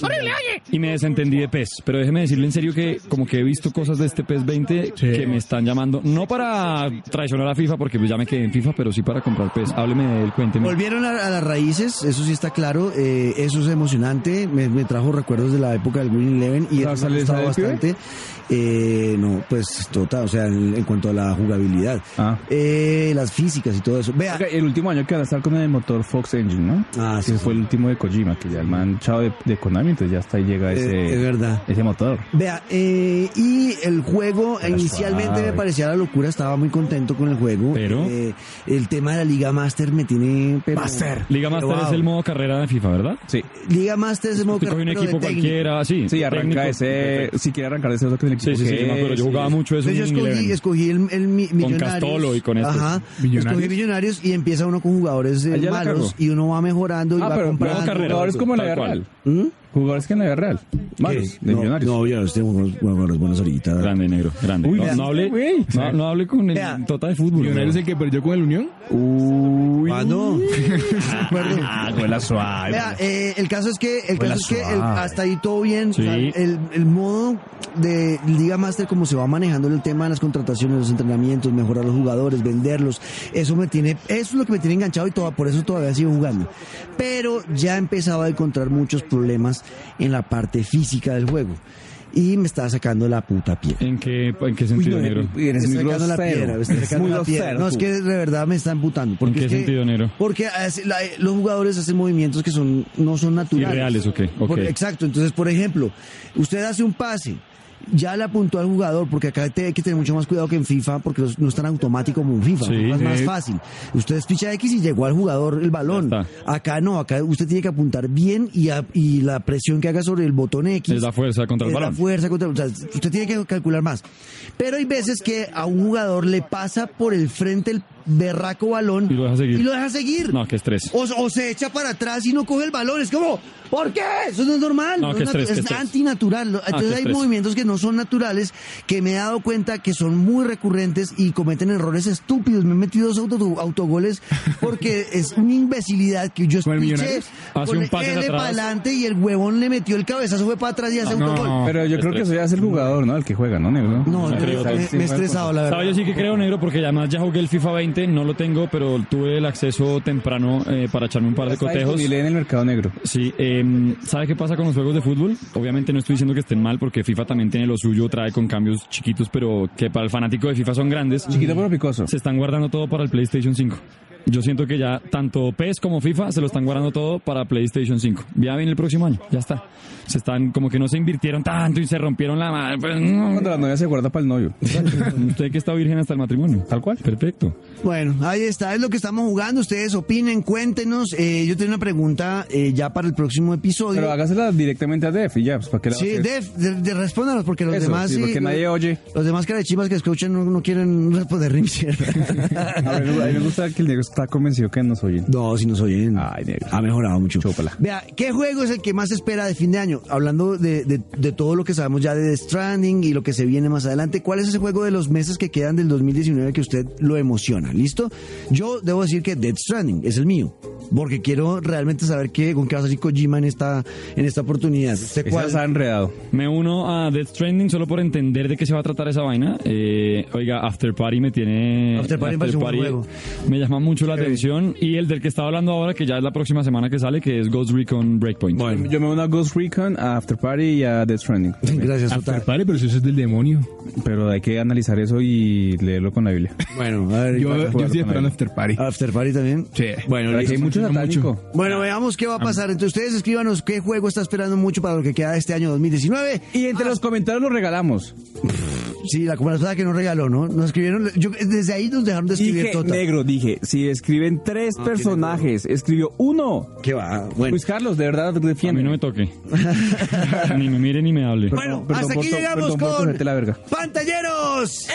y me desentendí de PES, pero déjeme decirle en serio que como que he visto cosas de este PES 20 que me están llamando, no para traicionar a FIFA porque pues ya me quedé en FIFA, pero sí para comprar PES, hábleme de él, cuénteme.
Volvieron a, a las raíces, eso sí está claro. eh, eso es emocionante. Me, me trajo recuerdos de la época del Green Eleven y eso me ha
¿sale-
gustado
sale el
bastante.
pibe?
Eh, no, pues total, o sea, en, en cuanto a la jugabilidad,
Ah.
Eh, las físicas y todo eso. Vea,
Oiga, el último año que van a estar con el motor Fox Engine, ¿no?
Ah, sí,
Ese
sí.
fue el último de Kojima, que ya el man chao de, de Konami, entonces ya hasta ahí llega ese,
Eh, es verdad.
ese motor.
Vea, eh, y el juego
Era
inicialmente
suave.
me parecía la locura, estaba muy contento con el juego.
Pero-
Eh, el tema de la Liga Master me tiene. Pero,
Liga Master
Wow.
es el modo carrera de FIFA, ¿verdad?
Sí.
Liga Master
Este
es el modo
Usted coge un
pero de
equipo
técnico.
cualquiera, ah, sí.
Sí,
técnico.
arranca ese. Si quiere arrancar ese otro que el
Sí,
equipo
sí, sí,
que
yo me acuerdo,
es, Ah,
yo jugaba
sí.
mucho eso en
Entonces yo
Winning
escogí,
Eleven.
escogí el, el mi- Millonarios.
Castolo y con estos.
Ajá.
¿Millonarios?
Escogí Millonarios y empieza uno con jugadores eh,
Allá la
malos
cargo.
y uno va mejorando y
Ah,
va
pero
comprando.
luego carrera.
jugadores como en la
Tal
vida
cual.
real.
¿Mm?
Jugadores que en la vida real. Malos, de
no,
millonarios.
No, yo los tengo unos jugadores buenos ahorita.
Grande, negro, grande.
Uy,
no,
vea.
no hable,
Güey.
no, no hable con el
Vea.
tota de fútbol.
Lionel es el que perdió con el Unión.
Uy.
Ah, no.
(laughs) Ah, gol a suave.
Vea, eh, el caso es que, el
Huela
caso es que el-
suave.
hasta ahí todo bien.
Sí.
O sea, el, el modo de Liga Master, como se va manejando el tema de las contrataciones, los entrenamientos, mejorar los jugadores, venderlos, eso me tiene, eso es lo que me tiene enganchado y todo, por eso todavía sigo jugando. Pero ya empezaba a encontrar muchos problemas en la parte física del juego. Y me estaba sacando la puta piel.
¿En qué, en qué
Uy,
sentido,
no,
negro?
eres
Estoy
muy
sacando la
grosero.
piedra, estoy
Eres
sacando
muy
la piedra.
grosero.
No, es
tú.
que de verdad me está amputando. Porque
¿En qué
es que-
sentido, Nero?
Porque hace- la- los jugadores hacen movimientos que son no son naturales.
Irreales, ok, ok.
Por- exacto. Entonces, por ejemplo, usted hace un pase. Ya le apuntó al jugador, porque acá te- hay que tener mucho más cuidado que en FIFA, porque los- no es tan automático como en FIFA.
Sí,
en FIFA es más
sí.
fácil. Usted es ficha X y llegó al jugador el balón.
Ya
Acá no, acá usted tiene que apuntar bien y, a- y la presión que haga sobre el botón X.
Es la fuerza contra el
Es la
balón.
fuerza contra- o sea, usted tiene que calcular más. Pero hay veces que a un jugador le pasa por el frente el berraco balón
Y lo deja seguir.
y lo deja seguir.
No, qué estrés.
O, o se echa para atrás y no coge el balón. Es como, ¿por qué? Eso no es normal.
No,
es
qué
nat-
estrés, qué
es
estrés.
antinatural. Entonces
qué
hay
estrés.
movimientos que no son naturales que me he dado cuenta que son muy recurrentes y cometen errores estúpidos. Me he metido dos auto- autogoles
(laughs)
porque es una imbecilidad que yo
¿Con el
escuché.
Millonarios?
Hace un pase
L
atrás.
para adelante y el huevón le metió el cabezazo, fue para atrás y hace autogol.
no.
Pero yo creo que eso ya es el jugador, ¿no? El que juega, ¿no, negro?
No, yo-
creo
me,
que
me he estresado, la
¿Sabes?
verdad.
Yo sí que creo negro porque además ya jugué el FIFA 20, no lo tengo, pero tuve el acceso temprano eh, para echarme un par de cotejos.
Y en el mercado negro.
Sí, eh, ¿sabe qué pasa con los juegos de fútbol? Obviamente no estoy diciendo que estén mal porque FIFA también tiene lo suyo, trae con cambios chiquitos, pero que para el fanático de FIFA son grandes.
Mm.
Chiquito pero picoso.
Se están guardando todo para el PlayStation 5. Yo siento que ya tanto PES como FIFA se lo están guardando todo para PlayStation 5. Ya viene el próximo año, ya está. Se están como que no se invirtieron tanto y se rompieron la madre. Pues, no.
Cuando la novia se guarda para el novio.
(laughs) Usted que está virgen hasta el matrimonio.
Tal cual.
Perfecto.
Bueno, ahí está, es lo que estamos jugando. Ustedes opinen, cuéntenos. Eh, yo tengo una pregunta eh, ya para el próximo episodio.
Pero ah, hágasela directamente a Def y ya, pues para que la
Sí,
haces?
Def, de, de- respóndanos, porque los
Eso,
demás.
sí, porque nadie oye.
Los demás carachivas que escuchan no, no quieren responder ni mierda.
A ver, a mí me gusta que el Diego está convencido que nos oyen.
No, si nos oyen.
Ay, negro.
Ha mejorado mucho.
Chúpala.
Vea, ¿qué juego es el que más se espera de fin de año? Hablando de, de- de todo lo que sabemos ya de The Stranding y lo que se viene más adelante, ¿cuál es ese juego de los meses que quedan del 2019 que usted lo emociona? ¿Listo? Yo debo decir que Dead Stranding es el mío. Porque quiero realmente saber qué, con qué vas a ir Kojima en esta, en esta oportunidad. ¿Usted
Ese
cuál?
está enredado.
Me uno a Death Stranding solo por entender de qué se va a tratar esa vaina. Eh, oiga, After Party me tiene.
After Party me parece un buen juego.
me llama mucho la
Chévere.
atención. Y el del que estaba hablando ahora, que ya es la próxima semana que sale, que es Ghost Recon Breakpoint.
Yo me uno a Ghost Recon, a After Party y a Death Stranding.
Gracias,
After
Otar.
Party, Ah, pero si eso es del demonio.
Pero hay que analizar eso y leerlo con la Biblia.
Bueno, a ver.
Yo, yo
acuerdo
estoy
con
esperando
él.
After Party.
After Party también.
Sí.
Pero aquí hay mucho satánico.
Bueno, veamos qué va a pasar. Entonces, ustedes escríbanos qué juego está esperando mucho para lo que queda de este año 2019.
Y entre los comentarios lo regalamos.
Sí, la comunidad que nos regaló, ¿no? Nos escribieron. yo- desde ahí nos dejaron de escribir Tota.
Dije,
total.
negro, dije, si escriben
Ah,
tres personajes, escribió uno.
¿Qué va? Bueno.
Luis Carlos, de verdad,
A mí
defiende.
no me toque. (laughs) ni me mire ni me hable.
bueno,
perdón
hasta
por
aquí
to-
llegamos
perdón por
con
cogerte la verga.
Pantalleros.